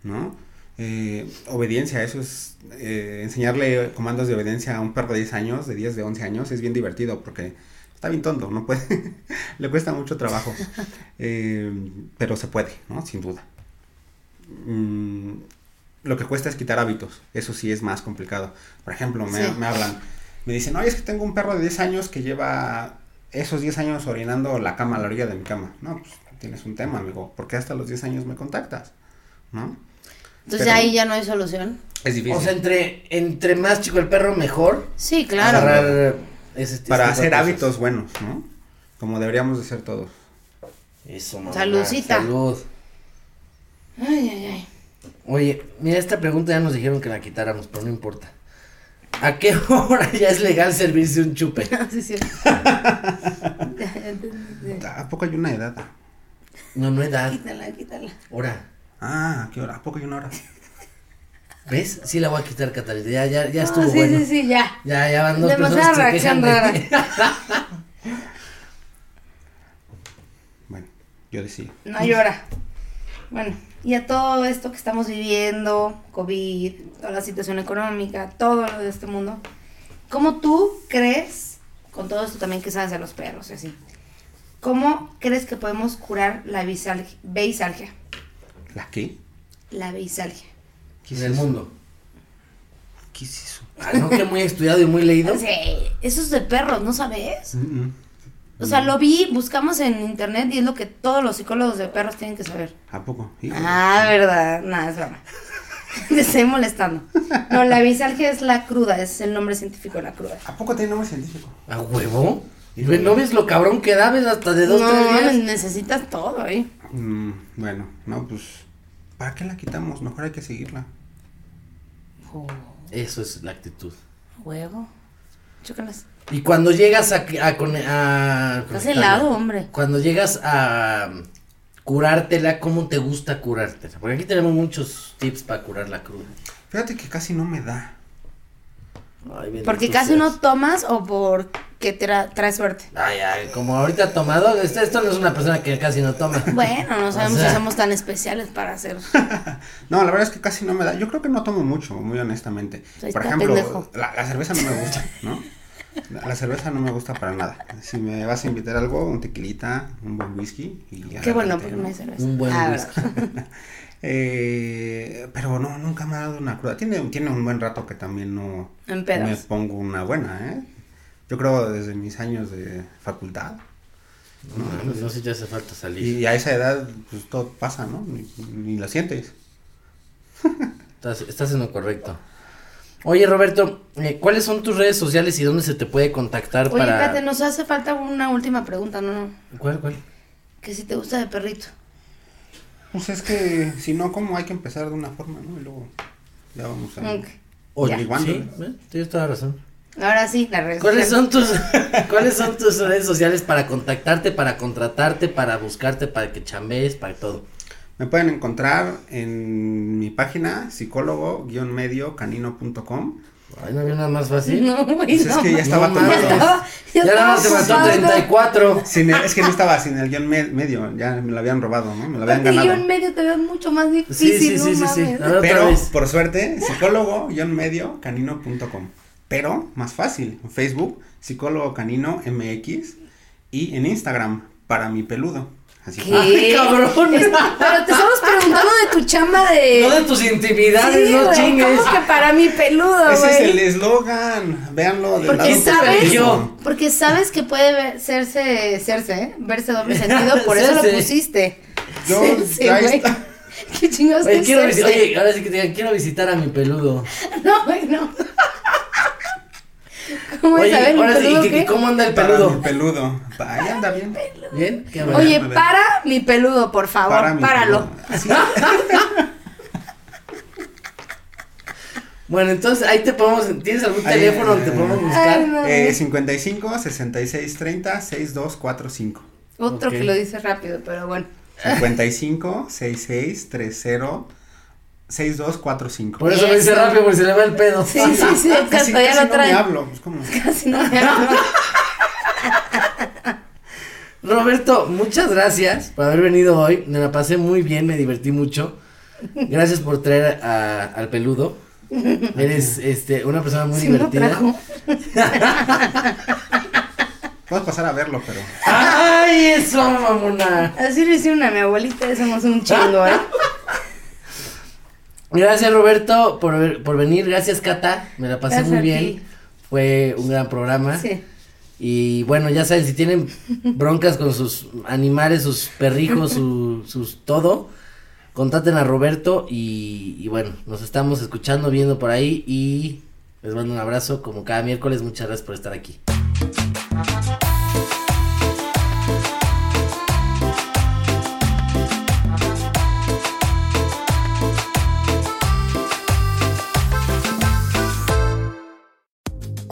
Speaker 3: ¿no? Eh, obediencia, eso es eh, enseñarle comandos de obediencia a un perro de 10 años, de 10, de 11 años, es bien divertido porque está bien tonto, no puede, [LAUGHS] le cuesta mucho trabajo, Eh, pero se puede, ¿no? Sin duda. Mm, lo que cuesta es quitar hábitos, eso sí es más complicado. Por ejemplo, me,
Speaker 2: Sí.
Speaker 3: me hablan, me dicen, oye, es que tengo un perro de 10 años que lleva esos 10 años orinando la cama, a la orilla de mi cama. No, pues tienes un tema, amigo, ¿por qué hasta los 10 años me contactas? ¿No?
Speaker 2: Entonces
Speaker 3: Pero-
Speaker 2: ahí ya no hay solución.
Speaker 3: Es difícil.
Speaker 1: O sea, entre, entre más chico el perro, mejor.
Speaker 2: Sí, claro.
Speaker 1: Agarrar ese- ese
Speaker 3: para
Speaker 1: tipo de
Speaker 3: hacer
Speaker 1: cosas.
Speaker 3: hábitos buenos, ¿no? Como deberíamos de ser todos.
Speaker 1: Eso, mamá.
Speaker 2: Saludcita.
Speaker 1: Salud.
Speaker 2: Ay, ay, [LAUGHS] ay.
Speaker 1: Oye, mira, esta pregunta ya nos dijeron que la quitáramos, pero no importa. ¿A qué [LAUGHS] hora ya es legal servirse un chupe?
Speaker 2: Sí, sí.
Speaker 3: ¿A poco hay una edad?
Speaker 1: No, no edad,
Speaker 2: Quítala, quítala.
Speaker 1: hora.
Speaker 3: Ah, ¿a ¿qué hora? ¿A poco hay una hora?
Speaker 1: ¿Ves? Sí la voy a quitar, Catalina. Ya, ya, ya
Speaker 2: No,
Speaker 1: estuvo
Speaker 2: Ah, sí,
Speaker 1: bueno.
Speaker 2: sí, sí, ya.
Speaker 1: Ya, ya van dos
Speaker 2: Demasiada
Speaker 1: personas que se quejan
Speaker 2: reacción
Speaker 1: de- [LAUGHS]
Speaker 3: Bueno, yo decía.
Speaker 2: No llora. Bueno, y a todo esto que estamos viviendo, COVID, toda la situación económica, todo lo de este mundo, ¿cómo tú crees, con todo esto también que sabes de los perros y así, cómo crees que podemos curar la bisalg- beisalgia?
Speaker 3: ¿La qué?
Speaker 2: La beisalgia.
Speaker 3: ¿Qué es
Speaker 1: en el
Speaker 3: eso?
Speaker 1: mundo.
Speaker 3: ¿Qué es eso?
Speaker 1: Ah, no, que muy estudiado y muy leído.
Speaker 2: Sí, eso es de perros, ¿no sabes?
Speaker 3: Mm, mm.
Speaker 2: O sea, lo vi, buscamos en internet y es lo que todos los psicólogos de perros tienen que saber.
Speaker 3: ¿A poco? Híjole.
Speaker 2: Ah, verdad. Nada, es broma. [LAUGHS] Te estoy molestando. No, la bisalgia es la cruda, es el nombre científico de la cruda.
Speaker 3: ¿A poco tiene nombre científico?
Speaker 1: ¿A huevo? Y ve, ¿No ves lo cabrón que da? ¿Ves hasta de dos,
Speaker 2: no,
Speaker 1: tres días?
Speaker 2: mames, necesitas todo, ¿eh?
Speaker 3: Mm, bueno, no, pues. ¿Para qué la quitamos? Mejor hay que seguirla.
Speaker 1: Eso es la actitud.
Speaker 2: Huevo. Chócalas.
Speaker 1: Y cuando llegas a... a, con- a-
Speaker 2: Estás helado, hombre.
Speaker 1: Cuando llegas a um, curártela, ¿cómo te gusta curártela? Porque aquí tenemos muchos tips para curar la cruda.
Speaker 3: Fíjate que casi no me da.
Speaker 1: Ay, bendito
Speaker 2: Porque casi
Speaker 1: seas.
Speaker 2: no tomas o porque tra- traes suerte.
Speaker 1: Ay, ay, como ahorita ha tomado, esto, esto no es una persona que casi no toma. [LAUGHS]
Speaker 2: Bueno, no sabemos
Speaker 1: sea.
Speaker 2: si somos tan especiales para
Speaker 1: [LAUGHS]
Speaker 2: hacer.
Speaker 3: No, la verdad es que casi no me da. Yo creo que no tomo mucho, muy honestamente.
Speaker 2: Ahí
Speaker 3: Por
Speaker 2: está,
Speaker 3: ejemplo,
Speaker 2: pendejo.
Speaker 3: la, la cerveza no me gusta, ¿no? La- La cerveza no me gusta para nada. Si me vas a invitar algo, un tequilita, un buen whisky. Y
Speaker 2: Qué
Speaker 3: adelante,
Speaker 2: bueno, porque
Speaker 3: ¿no?
Speaker 2: me cerveza.
Speaker 1: Un buen
Speaker 2: Ah,
Speaker 1: whisky.
Speaker 3: Eh, pero no, nunca me ha dado una cruda. Tiene, tiene un buen rato que también no
Speaker 2: En pedas.
Speaker 3: me pongo una buena, ¿eh? Yo creo desde mis años de facultad.
Speaker 1: No, mames, no sé si te hace falta salir.
Speaker 3: Y a esa edad, pues todo pasa, ¿no? Ni, ni lo sientes.
Speaker 1: Estás, estás en lo correcto. Oye, Roberto, eh, ¿cuáles son tus redes sociales y dónde se te puede contactar
Speaker 2: Oye,
Speaker 1: para.
Speaker 2: espérate, nos hace falta una última pregunta, ¿no? no.
Speaker 1: ¿Cuál, cuál?
Speaker 2: Que si te gusta de perrito.
Speaker 3: Pues es que, si no, ¿cómo hay que empezar de una forma, no? Y luego ya vamos a...
Speaker 2: Ok.
Speaker 3: averiguándole.
Speaker 1: sí, ¿eh? tienes toda la razón.
Speaker 2: Ahora sí, la red.
Speaker 1: ¿Cuáles son tus ¿Cuáles son tus redes sociales para contactarte, para contratarte, para buscarte, para que chambees, para todo?
Speaker 3: Me pueden encontrar en mi página psicólogo-mediocanino.com.
Speaker 1: Ay, no había nada más fácil.
Speaker 2: [LAUGHS] No, güey,
Speaker 3: Pues es
Speaker 2: no.
Speaker 3: que ya estaba
Speaker 1: No,
Speaker 3: todo.
Speaker 1: mames.
Speaker 2: estaba-
Speaker 1: Ya nada más te
Speaker 2: estaba
Speaker 1: faltó
Speaker 2: ocupado.
Speaker 1: 34.
Speaker 3: Sin el- es que no estaba sin el guión me- medio, ya me lo habían robado, ¿no? Me lo habían
Speaker 2: Aparte, yo en
Speaker 3: ganado.
Speaker 2: medio te veo mucho más
Speaker 1: Sí,
Speaker 2: difícil,
Speaker 1: sí, sí, sí,
Speaker 2: no
Speaker 1: sí. A
Speaker 2: mames.
Speaker 1: ver, otra
Speaker 3: Pero,
Speaker 1: vez.
Speaker 3: por suerte, psicólogo-medio-canino.com. Pero, más fácil, en Facebook, psicólogo canino MX y en Instagram, para mi peludo. Así
Speaker 2: ¿Qué?
Speaker 1: Ay, cabrón.
Speaker 2: [LAUGHS] Eh, Es- pero te estamos preguntando de tu chamba de.
Speaker 1: No de tus intimidades,
Speaker 2: Sí,
Speaker 1: no
Speaker 2: güey,
Speaker 1: chingues.
Speaker 2: ¿cómo que para mi peludo,
Speaker 3: Ese es el
Speaker 2: güey?
Speaker 3: eslogan, véanlo del
Speaker 2: Porque
Speaker 3: lado
Speaker 2: sabes,
Speaker 3: positivo.
Speaker 2: porque sabes que puede ver- serse, serse, ¿eh? verse doble sentido, por eso lo
Speaker 1: Serse.
Speaker 2: pusiste.
Speaker 3: Yo,
Speaker 2: Serse,
Speaker 3: ya
Speaker 2: güey.
Speaker 3: está.
Speaker 2: ¿Qué chingados
Speaker 1: Oye,
Speaker 2: pues, es este?
Speaker 1: quiero visi-
Speaker 2: serse?
Speaker 1: oye, ahora sí que te digan, quiero visitar a mi peludo.
Speaker 2: No, güey, no. ¿Cómo es?
Speaker 1: Oye,
Speaker 2: A ver, mi
Speaker 1: ahora sí,
Speaker 2: peludo
Speaker 1: ¿y qué-
Speaker 2: qué?
Speaker 1: ¿cómo anda el
Speaker 3: Para
Speaker 1: peludo?
Speaker 3: mi peludo. Pa- Ahí anda bien.
Speaker 1: ¿Bien? ¿Qué bueno.
Speaker 2: Oye,
Speaker 3: me-
Speaker 2: para mi peludo, por favor,
Speaker 3: mi
Speaker 2: páralo.
Speaker 3: peludo. Así.
Speaker 1: Bueno, entonces ahí te podemos. ¿Tienes algún
Speaker 3: Ahí,
Speaker 1: teléfono donde te
Speaker 3: eh,
Speaker 1: podemos buscar?
Speaker 2: Ay, no.
Speaker 3: Eh, 55 66
Speaker 2: [LAUGHS]
Speaker 3: 30 6245.
Speaker 2: Otro
Speaker 1: Ok.
Speaker 2: que lo dice rápido, pero bueno. [LAUGHS]
Speaker 3: 55 66 30 6245.
Speaker 1: Por eso lo dice
Speaker 2: Eso.
Speaker 1: rápido, porque se le va el pedo.
Speaker 2: Sí, sí, sí, exacto,
Speaker 3: Ah,
Speaker 2: ya
Speaker 3: Casi, casi
Speaker 2: lo
Speaker 3: no me
Speaker 2: traen.
Speaker 3: hablo, pues, ¿cómo?
Speaker 2: Casi no me hablo.
Speaker 1: [LAUGHS] Roberto, muchas gracias por haber venido hoy. Me la pasé muy bien, me divertí mucho. Gracias por traer a- al peludo. Eres este, una persona muy
Speaker 2: Sí me lo
Speaker 1: divertida.
Speaker 2: trajo.
Speaker 3: Puedes pasar a verlo, pero.
Speaker 1: ¡Ay, eso, mamona!
Speaker 2: Así le hicieron a mi abuelita, somos un chingo, ¿eh?
Speaker 1: Gracias, Roberto, por, ver- por venir. Gracias, Cata. Me la pasé
Speaker 2: Gracias
Speaker 1: muy
Speaker 2: a
Speaker 1: bien.
Speaker 2: ti.
Speaker 1: Fue un gran programa.
Speaker 2: Sí.
Speaker 1: Y bueno, ya saben, si
Speaker 2: [LAUGHS]
Speaker 1: tienen broncas con sus animales, sus perrijos, su- sus todo, contaten a Roberto y, y bueno, nos estamos escuchando, viendo por ahí y les mando un abrazo como cada miércoles. Muchas gracias por estar aquí.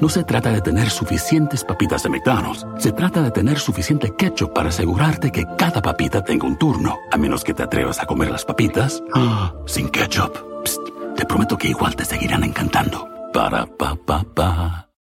Speaker 4: No se trata de tener suficientes papitas de McDonald's. Se trata de tener suficiente ketchup para asegurarte que cada papita tenga un turno. A menos que te atrevas a comer las papitas ah, sin ketchup. Psst, te prometo que igual te seguirán encantando. Para, pa, pa, pa.